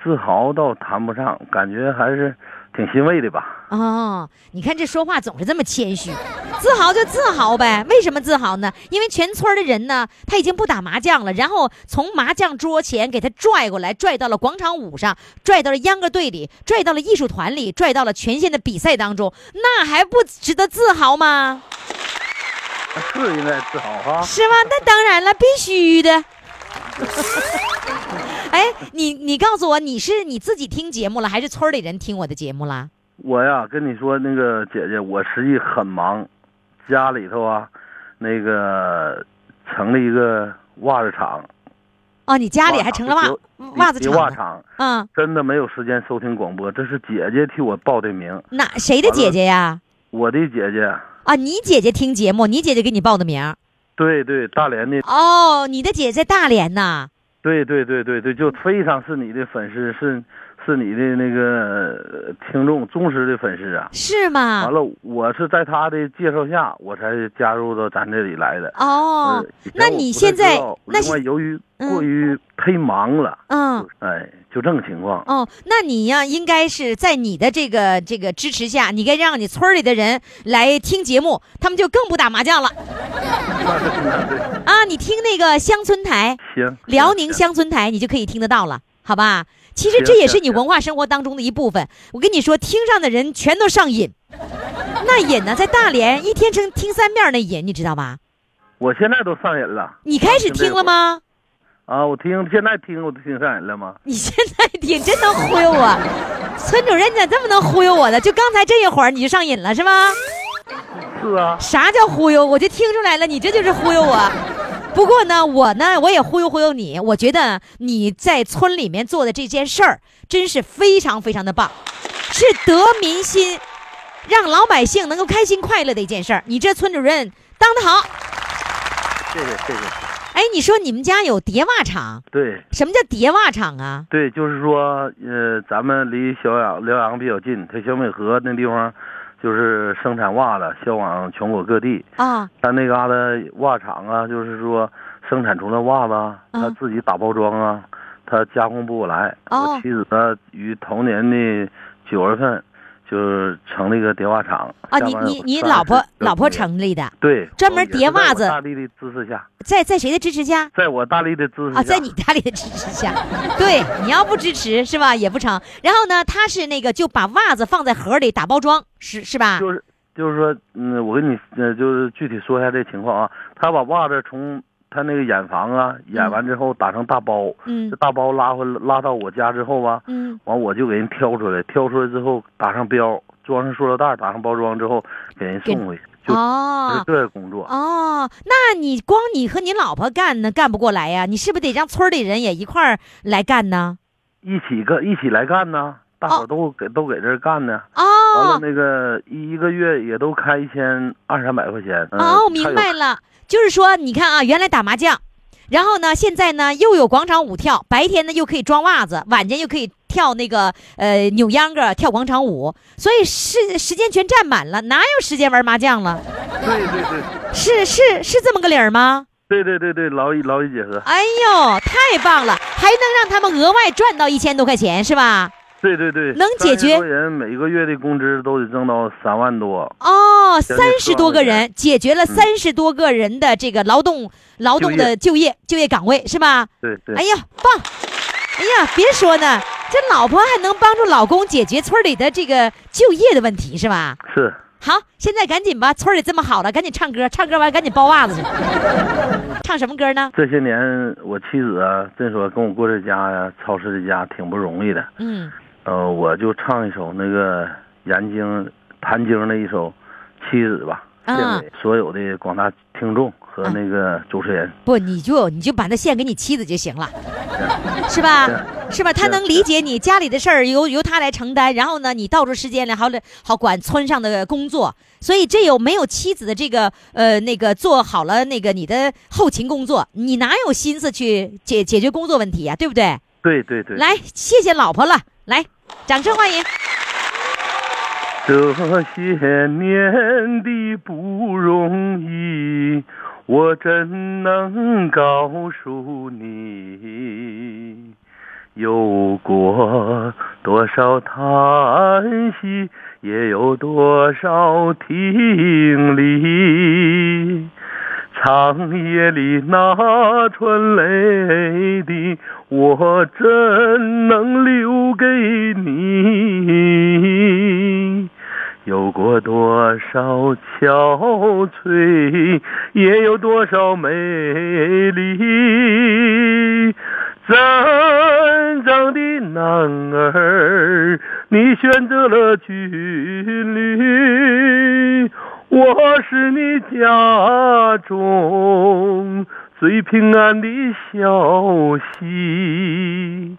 [SPEAKER 7] 自豪倒谈不上，感觉还是挺欣慰的吧。
[SPEAKER 1] 哦，你看这说话总是这么谦虚，自豪就自豪呗。为什么自豪呢？因为全村的人呢，他已经不打麻将了，然后从麻将桌前给他拽过来，拽到了广场舞上，拽到了秧歌队里，拽到了艺术团里，拽到了全县的比赛当中，那还不值得自豪吗？
[SPEAKER 7] 是应该自豪哈、
[SPEAKER 1] 是吗？那当然了，必须的。 *laughs* 哎，你你告诉我，你是你自己听节目了，还是村儿里人听我的节目了？
[SPEAKER 7] 我呀，跟你说，那个姐姐，我实际很忙，家里头啊，那个成立一个袜子厂，
[SPEAKER 1] 哦，你家里还成了袜袜子
[SPEAKER 7] 别
[SPEAKER 1] 厂
[SPEAKER 7] 嗯袜
[SPEAKER 1] 了，
[SPEAKER 7] 厂，
[SPEAKER 1] 嗯，
[SPEAKER 7] 真的没有时间收听广播，这是姐姐替我报的名。
[SPEAKER 1] 哪谁的姐姐呀？
[SPEAKER 7] 我的姐姐，
[SPEAKER 1] 啊，你姐姐听节目，你姐姐给你报的名儿。
[SPEAKER 7] 对对，大连的，
[SPEAKER 1] 哦，你的姐在大连呐。
[SPEAKER 7] 对对对对对，就
[SPEAKER 1] 嗯
[SPEAKER 7] 非常是你的粉丝，是是你的那个呃听众忠实的粉丝啊。
[SPEAKER 1] 是
[SPEAKER 7] 完
[SPEAKER 1] 吗？
[SPEAKER 7] 了，我是在他的介绍下，我才加入到咱这里来的。
[SPEAKER 1] 哦
[SPEAKER 7] 呃，以前
[SPEAKER 1] 那
[SPEAKER 7] 我不
[SPEAKER 1] 你
[SPEAKER 7] 太
[SPEAKER 1] 现
[SPEAKER 7] 知
[SPEAKER 1] 在
[SPEAKER 7] 道
[SPEAKER 1] 那
[SPEAKER 7] 另外
[SPEAKER 1] 是
[SPEAKER 7] 由于
[SPEAKER 1] 嗯
[SPEAKER 7] 过于忒忙了，
[SPEAKER 1] 嗯。
[SPEAKER 7] 哎，就这种情况。
[SPEAKER 1] 哦，那你呀，应该是在你的这个这个支持下，你该让你村儿里的人来听节目，他们就更不打麻将了
[SPEAKER 7] 那是那对，
[SPEAKER 1] 啊！你听那个乡村台，
[SPEAKER 7] 行。
[SPEAKER 1] 辽
[SPEAKER 7] 行
[SPEAKER 1] 宁
[SPEAKER 7] 行
[SPEAKER 1] 乡村台，你就可以听得到了，好吧？其实
[SPEAKER 7] 行
[SPEAKER 1] 这也是啊
[SPEAKER 7] 行
[SPEAKER 1] 你文化生活当中的一部分。我跟你说，听上的人全都上瘾，那瘾呢，在大连一天成听三遍儿那瘾，你知道吧？
[SPEAKER 7] 我现在都上瘾了
[SPEAKER 1] 你开始
[SPEAKER 7] 听这
[SPEAKER 1] 听
[SPEAKER 7] 个
[SPEAKER 1] 了
[SPEAKER 7] 吧
[SPEAKER 1] 吗？
[SPEAKER 7] 啊！我听现在听我都听上瘾了吗？
[SPEAKER 1] 你现在挺真能忽悠我，村主任你咋这么能忽悠我的？就刚才这一会儿你就上瘾了是吗？
[SPEAKER 7] 是啊，
[SPEAKER 1] 啥叫忽悠？我就听出来了，你这就是忽悠我。不过呢，我呢，我也忽悠忽悠你。我觉得你在村里面做的这件事儿，真是非常非常的棒，是得民心，让老百姓能够开心快乐的一件事儿。你这村主任当得好。
[SPEAKER 7] 谢谢谢谢。
[SPEAKER 1] 哎，你说你们家有叠袜厂？
[SPEAKER 7] 对
[SPEAKER 1] 什么叫叠袜厂啊？
[SPEAKER 7] 对，就是说，呃，咱们离小阳辽阳比较近，它小美河那地方就是生产袜子，销往全国各地。
[SPEAKER 1] 啊，
[SPEAKER 7] 但那嘎达袜厂啊，就是说生产出来袜子啊，
[SPEAKER 1] 嗯
[SPEAKER 7] 他自己打包装啊，他加工不过来。
[SPEAKER 1] 哦
[SPEAKER 7] 我妻子呢，于同年的九月份就成立一个叠袜厂。
[SPEAKER 1] 啊，
[SPEAKER 7] 下
[SPEAKER 1] 你
[SPEAKER 7] 班
[SPEAKER 1] 你
[SPEAKER 7] 有
[SPEAKER 1] 你
[SPEAKER 7] 30
[SPEAKER 1] 老婆
[SPEAKER 7] 个
[SPEAKER 1] 老
[SPEAKER 7] 工
[SPEAKER 1] 婆
[SPEAKER 7] 人
[SPEAKER 1] 成立的，
[SPEAKER 7] 对，
[SPEAKER 1] 专门
[SPEAKER 7] 我也是
[SPEAKER 1] 叠袜
[SPEAKER 7] 在我
[SPEAKER 1] 子
[SPEAKER 7] 大力的支持下，
[SPEAKER 1] 在在谁的支持下？
[SPEAKER 7] 在我大力的支持下，
[SPEAKER 1] 啊，在你家里的支持下， *laughs* 对，你要不支持是吧，也不成。然后呢，他是那个就把袜子放在盒里打包装，是是吧？
[SPEAKER 7] 就是就是说，嗯，我跟你呃，就是具体说一下这情况啊。他把袜子从他那个染房啊染完之后打成大包，
[SPEAKER 1] 嗯
[SPEAKER 7] 这大包拉回拉到我家之后吧，
[SPEAKER 1] 嗯，
[SPEAKER 7] 完我就给人挑出来，挑出来之后打上标，装上塑料袋，打上包装之后给人送回去，就就是
[SPEAKER 1] 哦
[SPEAKER 7] 这个工作。
[SPEAKER 1] 哦，那你光你和你老婆干呢，干不过来呀？你是不是得让村里人也一块儿来干呢？
[SPEAKER 7] 一起干，一起来干呢，大伙
[SPEAKER 1] 哦
[SPEAKER 7] 儿都给、都给这儿干呢。完了
[SPEAKER 1] 哦
[SPEAKER 7] 那个一一个月也都开一千二三百块钱。嗯、
[SPEAKER 1] 哦，
[SPEAKER 7] 还
[SPEAKER 1] 明
[SPEAKER 7] 有
[SPEAKER 1] 白了，就是说，你看啊，原来打麻将，然后呢，现在呢又有广场舞跳，白天呢又可以装袜子，晚间又可以跳那个呃扭秧歌、跳广场舞，所以时时间全占满了，哪有时间玩麻将了？
[SPEAKER 7] 对对对
[SPEAKER 1] 是是是这么个理儿吗？
[SPEAKER 7] 对对对对，劳逸劳逸结合。
[SPEAKER 1] 哎呦，太棒了，还能让他们额外赚到一千多块钱是吧？
[SPEAKER 7] 对对对，
[SPEAKER 1] 能解决
[SPEAKER 7] 30多人每个月的工资都得挣到三万多，
[SPEAKER 1] 哦，
[SPEAKER 7] 将近
[SPEAKER 1] 三十多个人解决了
[SPEAKER 7] 嗯
[SPEAKER 1] 三十多个人的这个劳动劳动的就业就业岗位是吧？
[SPEAKER 7] 对对，
[SPEAKER 1] 哎呀，棒！哎呀，别说呢，这老婆还能帮助老公解决村里的这个就业的问题是吧？
[SPEAKER 7] 是
[SPEAKER 1] 好，现在赶紧吧，村里这么好了，赶紧唱歌，唱歌完赶紧包袜子去。 *laughs* 唱什么歌呢？
[SPEAKER 7] 这些年我妻子啊，这说跟我过这家呀、操持这家挺不容易的，
[SPEAKER 1] 嗯，
[SPEAKER 7] 呃，我就唱一首那个南京谭晶的一首《妻子》吧，
[SPEAKER 1] 嗯
[SPEAKER 7] 献给所有的广大听众。
[SPEAKER 1] 啊
[SPEAKER 8] 和那个主持人。
[SPEAKER 1] 不，你就你就把那线给你妻子就行了，是吧？是吧？他能理解你家里的事儿由由他来承担，然后呢，你到出时间来好好管村上的工作。所以这有没有妻子的这个呃那个做好了那个你的后勤工作，你哪有心思去解解决工作问题呀、对不对？
[SPEAKER 8] 对对对，
[SPEAKER 1] 来，谢谢老婆了，来，掌声欢迎。
[SPEAKER 8] 这些年的不容易，我怎能告诉你？有过多少叹息，也有多少挺立。长夜里那串泪滴，我怎能留给你？有过多少憔悴，也有多少美丽。真正的男儿，你选择了军旅，我是你家中最平安的消息。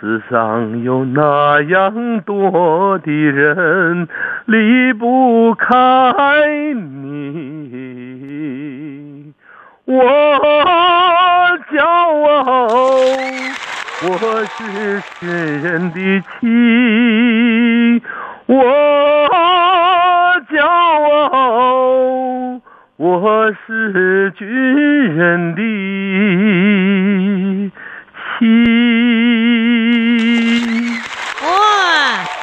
[SPEAKER 8] 世上有那样多的人离不开你，我骄傲，我是亲人的妻，我骄傲，我是军人的妻。
[SPEAKER 1] 哇，哦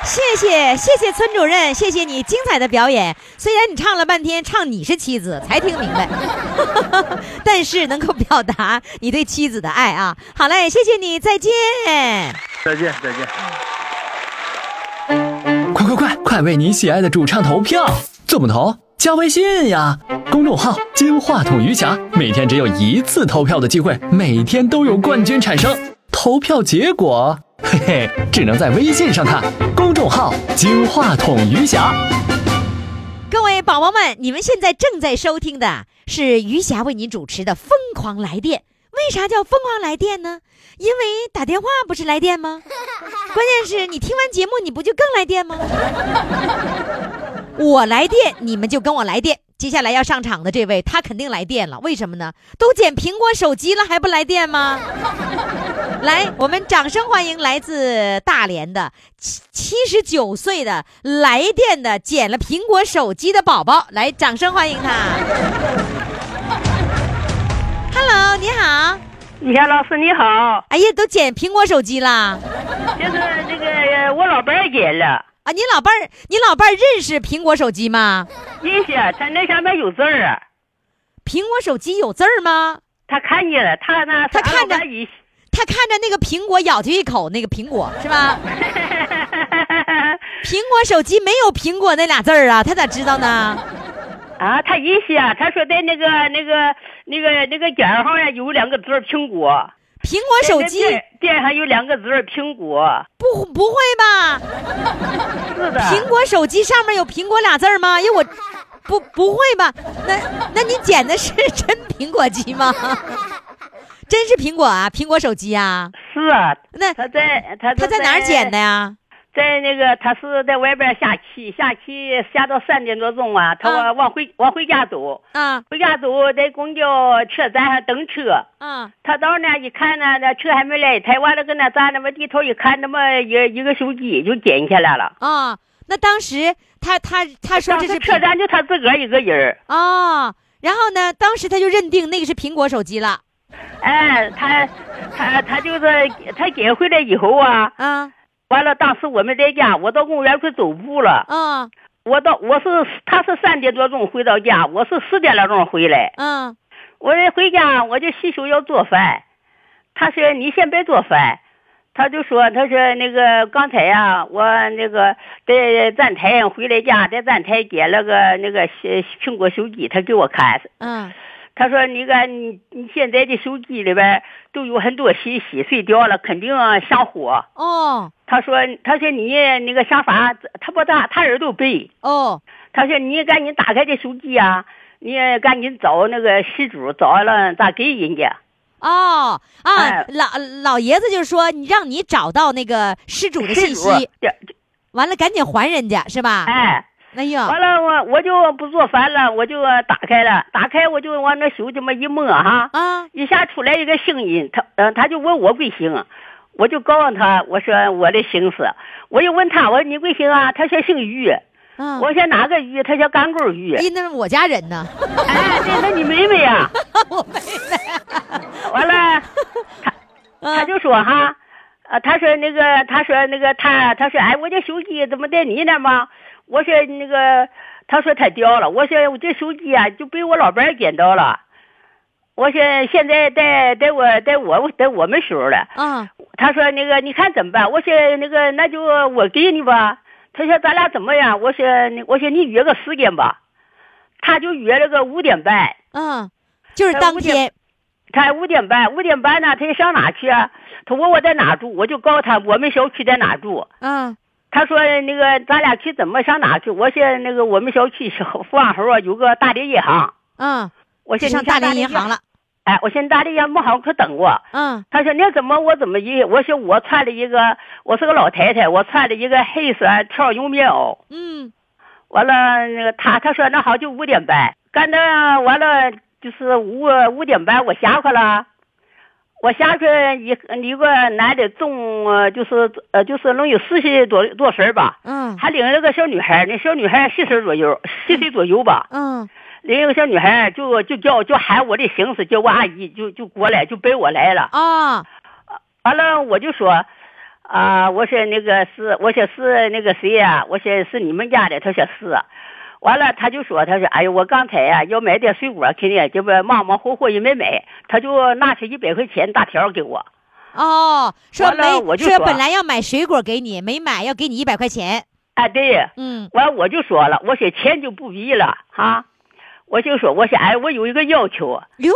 [SPEAKER 1] 谢谢谢谢村主任，谢谢你精彩的表演。虽然你唱了半天，唱你是妻子才听明白， *laughs* 但是能够表达你对妻子的爱啊。好嘞，谢谢你，再见。
[SPEAKER 8] 再见，再见。
[SPEAKER 5] 快快快，快为你喜爱的主唱投票！怎么投？加微信呀，公众号“金话筒余霞”，每天只有一次投票的机会，每天都有冠军产生。投票结果，嘿嘿，只能在微信上看。公众号“金话筒余霞”。
[SPEAKER 1] 各位宝宝们，你们现在正在收听的是余霞为您主持的《疯狂来电》。为啥叫疯狂来电呢？因为打电话不是来电吗？关键是你听完节目，你不就更来电吗？ *laughs* 我来电，你们就跟我来电。接下来要上场的这位，他肯定来电了，为什么呢？都捡苹果手机了，还不来电吗？来，我们掌声欢迎来自大连的七七十九岁的来电的捡了苹果手机的宝宝，来，掌声欢迎他。Hello，你好。
[SPEAKER 9] 你看老师你好，
[SPEAKER 1] 哎呀，都捡苹果手机啊啦！
[SPEAKER 9] 就是这个呃我老伴儿捡了，
[SPEAKER 1] 啊，你老伴儿，你老伴儿认识苹果手机吗？
[SPEAKER 9] 认识他那上面有字儿啊，
[SPEAKER 1] 苹果手机有字儿吗？
[SPEAKER 9] 他看见了，他呢
[SPEAKER 1] 他看着
[SPEAKER 9] 一，
[SPEAKER 1] 他看着那个苹果，咬下一口那个苹果是吧？苹果手机没有苹果那俩字儿啊，他咋知道呢？
[SPEAKER 9] 啊，他意思啊，他说在那个那个那个那个点儿上呀有两个字儿苹果，
[SPEAKER 1] 苹果手机
[SPEAKER 9] 在那店店上有两个字儿苹果，
[SPEAKER 1] 不不会吧？
[SPEAKER 9] 啊是的，
[SPEAKER 1] 苹果手机上面有苹果俩字儿吗？因为我不不会吧？那那你捡的是真苹果机
[SPEAKER 9] *laughs*
[SPEAKER 1] 吗？真是苹果啊，苹果手机啊？
[SPEAKER 9] 是啊，
[SPEAKER 1] 那
[SPEAKER 9] 他在他
[SPEAKER 1] 他在哪儿捡的？呀？
[SPEAKER 9] 在那个他是在外边下棋，下棋下到三点多钟啊，他
[SPEAKER 1] 啊
[SPEAKER 9] 往往回往回家走，
[SPEAKER 1] 啊
[SPEAKER 9] 回家走在公交车站上等车。
[SPEAKER 1] 啊！
[SPEAKER 9] 他到那儿一看呢，那车还没来，台完了跟那站那么低头一看，那么一一个手机就捡起来了。
[SPEAKER 1] 啊，那当时他他他说
[SPEAKER 9] 当
[SPEAKER 1] 这
[SPEAKER 9] 时
[SPEAKER 1] 是
[SPEAKER 9] 车站就他自个儿一个人儿，
[SPEAKER 1] 啊、然后呢，当时他就认定那个是苹果手机了
[SPEAKER 9] 哎，他他他就是他捡回来以后啊，
[SPEAKER 1] 啊
[SPEAKER 9] 完了当时我们在家，我到公园去走步了，
[SPEAKER 1] 啊
[SPEAKER 9] 我到我是他是三点多钟回到家，我是四点多钟回来，
[SPEAKER 1] 啊
[SPEAKER 9] 我这回家我就洗手要做饭，他说你先别做饭，他就说他说那个刚才呀、我那个在站台上回来家，在站台捡了个那个呃苹果手机，他给我看，
[SPEAKER 1] 啊
[SPEAKER 9] 他说你看你你现在的手机里边都有很多信息，碎掉了肯定啊上火。
[SPEAKER 1] 哦
[SPEAKER 9] 他说他说你那个想法他不大，他耳朵背。
[SPEAKER 1] 哦
[SPEAKER 9] 他说你赶紧打开这手机啊，你也赶紧找那个失主，找完了再给人家。
[SPEAKER 1] 哦啊，
[SPEAKER 9] 哎
[SPEAKER 1] 老老爷子就说你让你找到那个失主的
[SPEAKER 9] 失
[SPEAKER 1] 信
[SPEAKER 9] 主
[SPEAKER 1] 息，，
[SPEAKER 9] 这
[SPEAKER 1] 完了赶紧还人家是吧？
[SPEAKER 9] 哎，
[SPEAKER 1] 哎呦，
[SPEAKER 9] 完了我我就不做饭了，我就打开了，打开我就往那手这么一摸哈，
[SPEAKER 1] 啊，
[SPEAKER 9] 一下出来一个声音，他嗯、他就问我贵姓，啊我就告诉他我说我的姓氏，我就问他我说你贵姓啊？他说姓于，
[SPEAKER 1] 嗯，
[SPEAKER 9] 我说哪个于？他说干沟于。
[SPEAKER 1] 咦，那是我家人呢，
[SPEAKER 9] 哎，对，那你妹妹呀、
[SPEAKER 1] *laughs* 我妹妹，
[SPEAKER 9] 完了，他
[SPEAKER 1] 嗯
[SPEAKER 9] 就说哈，呃，他说那个，他说那个他，他说哎，我这手机怎么在你那吗？我说那个，他说他掉了，我说我这手机啊就被我老伴儿捡到了。我说现在在在我在我在我们手了，
[SPEAKER 1] 啊，
[SPEAKER 9] 他说那个你看怎么办？我说那个那就我给你吧。他说咱俩怎么样？我说你我说你约个时间吧，他就约了个五点半。
[SPEAKER 1] 嗯，就是
[SPEAKER 9] 哎
[SPEAKER 1] 当
[SPEAKER 9] 我姐
[SPEAKER 1] 天，
[SPEAKER 9] 他五点半，五点半呢，他就上哪去啊？他问我在哪住，我就告诉他我们小区在哪住。
[SPEAKER 1] 啊，
[SPEAKER 9] 他说那个咱俩去怎么上哪去？我说那个我们小区小 *laughs* 饭后啊有个大连银行，
[SPEAKER 1] 嗯，
[SPEAKER 9] 我
[SPEAKER 1] 就
[SPEAKER 9] 说
[SPEAKER 1] 上
[SPEAKER 9] 你上
[SPEAKER 1] 大连银行
[SPEAKER 9] 银
[SPEAKER 1] 了，
[SPEAKER 9] 哎，我现大连银行不好可等我。
[SPEAKER 1] 嗯，
[SPEAKER 9] 他说那怎么我怎么一？我说我穿了一个，我是个老太太，我穿了一个黑色条绒棉袄。
[SPEAKER 1] 嗯，
[SPEAKER 9] 完了那个他他说那好就五点半，干到完了就是五五点半我下去了，我下去一一个男的重呃就是呃就是能有四十多多岁儿吧，
[SPEAKER 1] 嗯，
[SPEAKER 9] 还领着个小女孩儿，那小女孩儿四岁左右，四岁左右吧，
[SPEAKER 1] 嗯，
[SPEAKER 9] 领着个小女孩儿就就叫就喊我的姓氏，叫我阿姨就就过来就背我来了。
[SPEAKER 1] 啊，
[SPEAKER 9] 完了我就说，啊、我说那个是，我说是那个谁呀、我说是你们家的，他说是。完了，他就说，他说，哎呀，我刚才呀、要买点水果，肯定这不忙忙活活也没买，他就拿出一百块钱大条给我。
[SPEAKER 1] 哦，说
[SPEAKER 9] 完了
[SPEAKER 1] 没
[SPEAKER 9] 我就
[SPEAKER 1] 说
[SPEAKER 9] 说
[SPEAKER 1] 本来要买水果给你，没买，要给你一百块钱，
[SPEAKER 9] 哎，对，
[SPEAKER 1] 嗯，
[SPEAKER 9] 完我就说了，我说钱就不必了哈、我就说，我说，哎，我有一个要求。
[SPEAKER 1] 哟，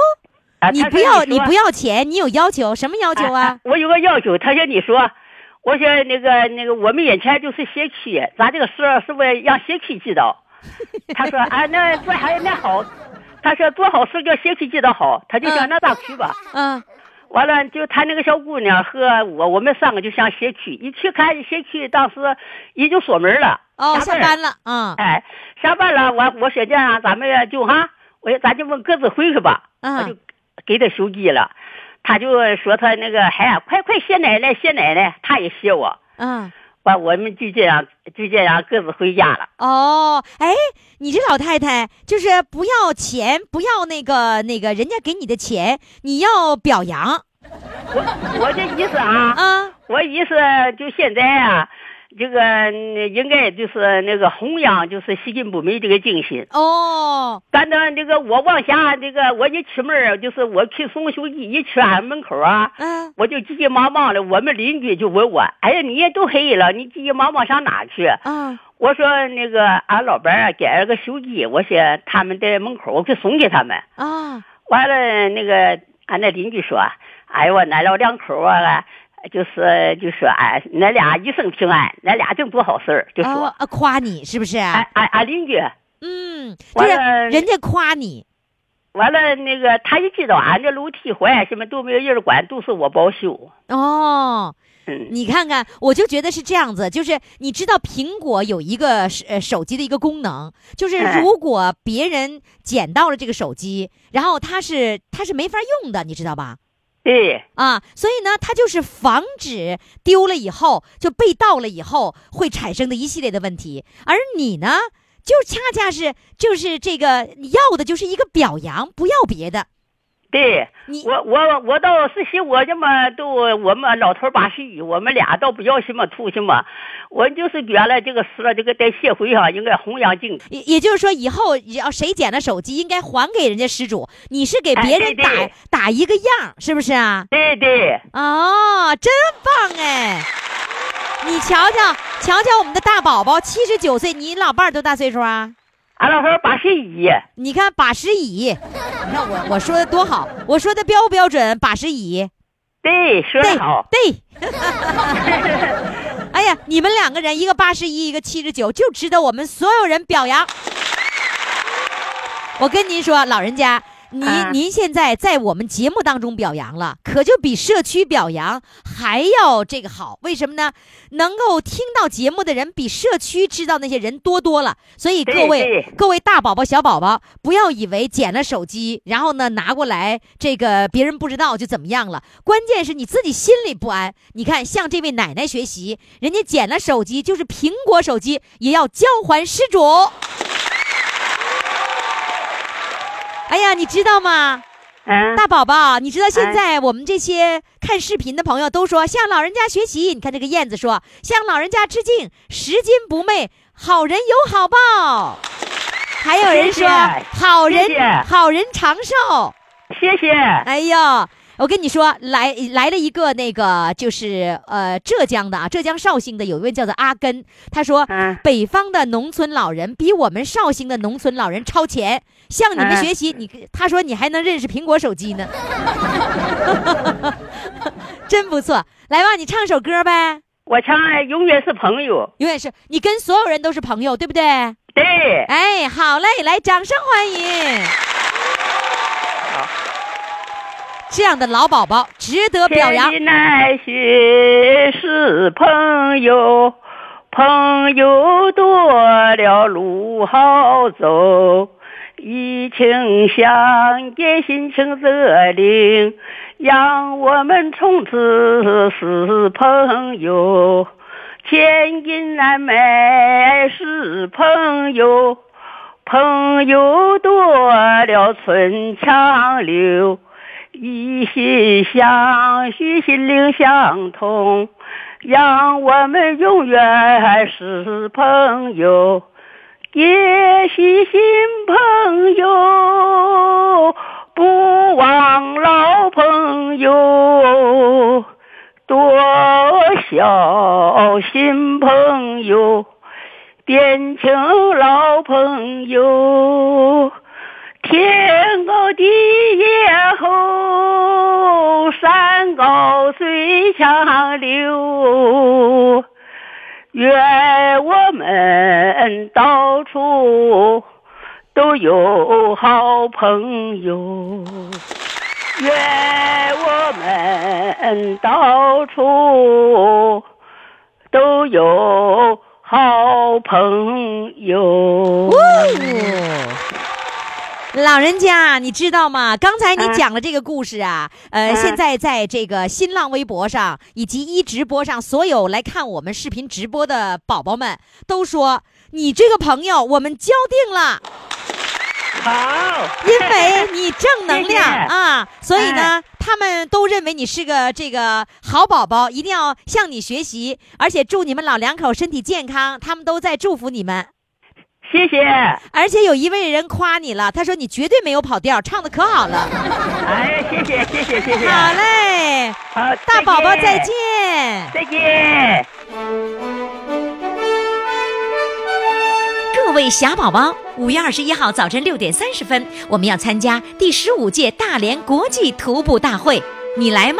[SPEAKER 9] 啊、
[SPEAKER 1] 你
[SPEAKER 9] 他
[SPEAKER 1] 不
[SPEAKER 9] 说
[SPEAKER 1] 要
[SPEAKER 9] 你
[SPEAKER 1] 你
[SPEAKER 9] 说
[SPEAKER 1] 不要钱，你有要求，什么要求
[SPEAKER 9] 哎
[SPEAKER 1] 啊
[SPEAKER 9] 哎？我有个要求，他说你说，我说那个那个，我们眼前就是学区，咱这个事儿是不是让学区知道？他说啊，那做还那好，他说做好事叫学区知道好，他就想
[SPEAKER 1] 嗯
[SPEAKER 9] 那咱去吧。
[SPEAKER 1] 嗯，
[SPEAKER 9] 完了，就他那个小姑娘和我，我们三个就上学区，一去看学区，当时也就锁门了，
[SPEAKER 1] 哦，
[SPEAKER 9] 下
[SPEAKER 1] 下
[SPEAKER 9] 班
[SPEAKER 1] 班了，嗯
[SPEAKER 9] 哎，下班了，我我说这样，咱们就哈，我说咱就问各自回去吧。他就
[SPEAKER 1] 嗯，
[SPEAKER 9] 给他手机了，他就说他那个哎呀，快快谢奶奶谢奶奶，他也谢我，
[SPEAKER 1] 嗯，
[SPEAKER 9] 完我们就这样就这样各自回家了。
[SPEAKER 1] 哦，哎，你这老太太就是不要钱，不要那个那个人家给你的钱，你要表扬
[SPEAKER 9] 我我这意思
[SPEAKER 1] *laughs*
[SPEAKER 9] 啊，
[SPEAKER 1] 啊，
[SPEAKER 9] 我意思就现在啊，这个嗯应该就是那个弘扬就是西进不美这个精神。
[SPEAKER 1] 哦，
[SPEAKER 9] 反正这个我往下这个我一出门儿就是我去送手机，一去俺门口啊。
[SPEAKER 1] 嗯，
[SPEAKER 9] 我就急急忙忙的，我们邻居就问我：“哎呀，你也都黑了，你急急忙忙上哪去？”
[SPEAKER 1] 啊，
[SPEAKER 9] 我说那个俺老伴儿啊给俺个手机，我说他们在门口，我去送给他们。
[SPEAKER 1] 啊，
[SPEAKER 9] 完了那个俺那邻居说，哎呦我俺老两口啊，就是就说哎，恁俩一生平安，恁俩净做好事儿，就
[SPEAKER 1] 哦
[SPEAKER 9] 说
[SPEAKER 1] 啊，夸你是不是？
[SPEAKER 9] 俺俺俺邻居。
[SPEAKER 1] 嗯，就
[SPEAKER 9] 完
[SPEAKER 1] 是
[SPEAKER 9] 了
[SPEAKER 1] 人家夸你，
[SPEAKER 9] 完了，那个他一知道俺这楼梯坏，什么都没有人管，都是我保修。
[SPEAKER 1] 哦，
[SPEAKER 9] 嗯，
[SPEAKER 1] 你看看，我就觉得是这样子，就是你知道苹果有一个手呃手机的一个功能，就是
[SPEAKER 9] 哎
[SPEAKER 1] 如果别人捡到了这个手机，然后它是它是没法用的，你知道吧？
[SPEAKER 9] 对，
[SPEAKER 1] 啊，所以呢，它就是防止丢了以后就被盗了以后会产生的一系列的问题，而你呢，就恰恰是就是这个你要的就是一个表扬，不要别的。
[SPEAKER 9] 对，
[SPEAKER 1] 你
[SPEAKER 9] 我我我倒是寻我这么都我们老头儿把戏，我们俩倒不要什么图什么，我就是觉得这个事了，这个在社会上应该弘扬精神。
[SPEAKER 1] 也也就是说，以后要谁捡了手机，应该还给人家失主。你是给
[SPEAKER 9] 哎
[SPEAKER 1] 别人
[SPEAKER 9] 对
[SPEAKER 1] 打、
[SPEAKER 9] 对
[SPEAKER 1] 打一个样儿，是不是啊？
[SPEAKER 9] 对对，
[SPEAKER 1] 哦，真棒哎！你瞧瞧，瞧瞧我们的大宝宝，七十九岁，你老伴儿多大岁数啊？
[SPEAKER 9] 俺老头儿八十一，
[SPEAKER 1] 你看把十乙，你看我我说的多好，我说的标不标准？把十乙，
[SPEAKER 9] 对，说
[SPEAKER 1] 对
[SPEAKER 9] 得好，
[SPEAKER 1] 对。 *laughs* 哎呀，你们两个人，一个八十一，一个七十九，就值得我们所有人表扬。我跟您说，老人家，您、
[SPEAKER 9] 啊
[SPEAKER 1] 您现在在我们节目当中表扬了，可就比社区表扬还要这个好。为什么呢？能够听到节目的人比社区知道那些人多多了。所以
[SPEAKER 9] 对
[SPEAKER 1] 各位
[SPEAKER 9] 对
[SPEAKER 1] 各位大宝宝小宝宝，不要以为捡了手机，然后呢拿过来这个别人不知道就怎么样了。关键是你自己心里不安。你看，向这位奶奶学习，人家捡了手机就是苹果手机，也要交还失主。 *laughs* 哎呀，你知道吗，
[SPEAKER 9] 嗯，
[SPEAKER 1] 大宝宝？你知道现
[SPEAKER 9] 哎
[SPEAKER 1] 在我们这些看视频的朋友都说向老人家学习。你看这个燕子说向老人家致敬，拾金不昧，好人有好报。还有人
[SPEAKER 9] 谢
[SPEAKER 1] 说
[SPEAKER 9] 谢
[SPEAKER 1] 好人
[SPEAKER 9] 谢谢
[SPEAKER 1] 好人长寿。
[SPEAKER 9] 谢谢。
[SPEAKER 1] 哎呀，我跟你说，来来了一个那个就是呃浙江的啊，浙江绍兴的有一位叫做阿根，他说、
[SPEAKER 9] 嗯
[SPEAKER 1] 北方的农村老人比我们绍兴的农村老人超前，向你们
[SPEAKER 9] 嗯
[SPEAKER 1] 学习。你他说你还能认识苹果手机呢，真不错。来吧，你唱首歌呗。
[SPEAKER 9] 我唱《永远是朋友
[SPEAKER 1] 永远是你跟所有人都是朋友，对不对？》，
[SPEAKER 9] 对，
[SPEAKER 1] 哎，好嘞，来，掌声欢迎。这样的老宝宝值得表扬。
[SPEAKER 9] 天南学是朋友，朋友多了路好走。疫情相见，心诚则灵，让我们从此是朋友。千金难买是朋友，朋友多了春长留。一心相许，心灵相通，让我们永远是朋友，也许新朋友，不忘老朋友，多孝新朋友，变成老朋友。天高地也厚，山高水长流。愿我们到处都有好朋友，愿我们到处都有好朋友。
[SPEAKER 1] 老人家，你知道吗？刚才你
[SPEAKER 9] 嗯
[SPEAKER 1] 讲了这个故事啊，呃，
[SPEAKER 9] 嗯
[SPEAKER 1] 现在在这个新浪微博上以及一直播上，所有来看我们视频直播的宝宝们都说，你这个朋友我们交定了。
[SPEAKER 9] 好，
[SPEAKER 1] 因为你正能量
[SPEAKER 9] 谢谢哎
[SPEAKER 1] 啊，所以呢，他们都认为你是个这个好宝宝，一定要向你学习，而且祝你们老两口身体健康，他们都在祝福你们。
[SPEAKER 9] 谢谢。
[SPEAKER 1] 而且有一位人夸你了，他说你绝对没有跑调，唱的可好了。
[SPEAKER 4] *laughs*
[SPEAKER 9] 哎，谢谢谢谢谢谢。
[SPEAKER 1] 好，嘞，
[SPEAKER 9] 好，
[SPEAKER 1] 大宝宝再
[SPEAKER 9] 见，
[SPEAKER 1] 见。
[SPEAKER 9] 再见。
[SPEAKER 4] 各位小宝宝，五月二十一号早晨六点三十分，我们要参加第十五届大连国际徒步大会，你来吗？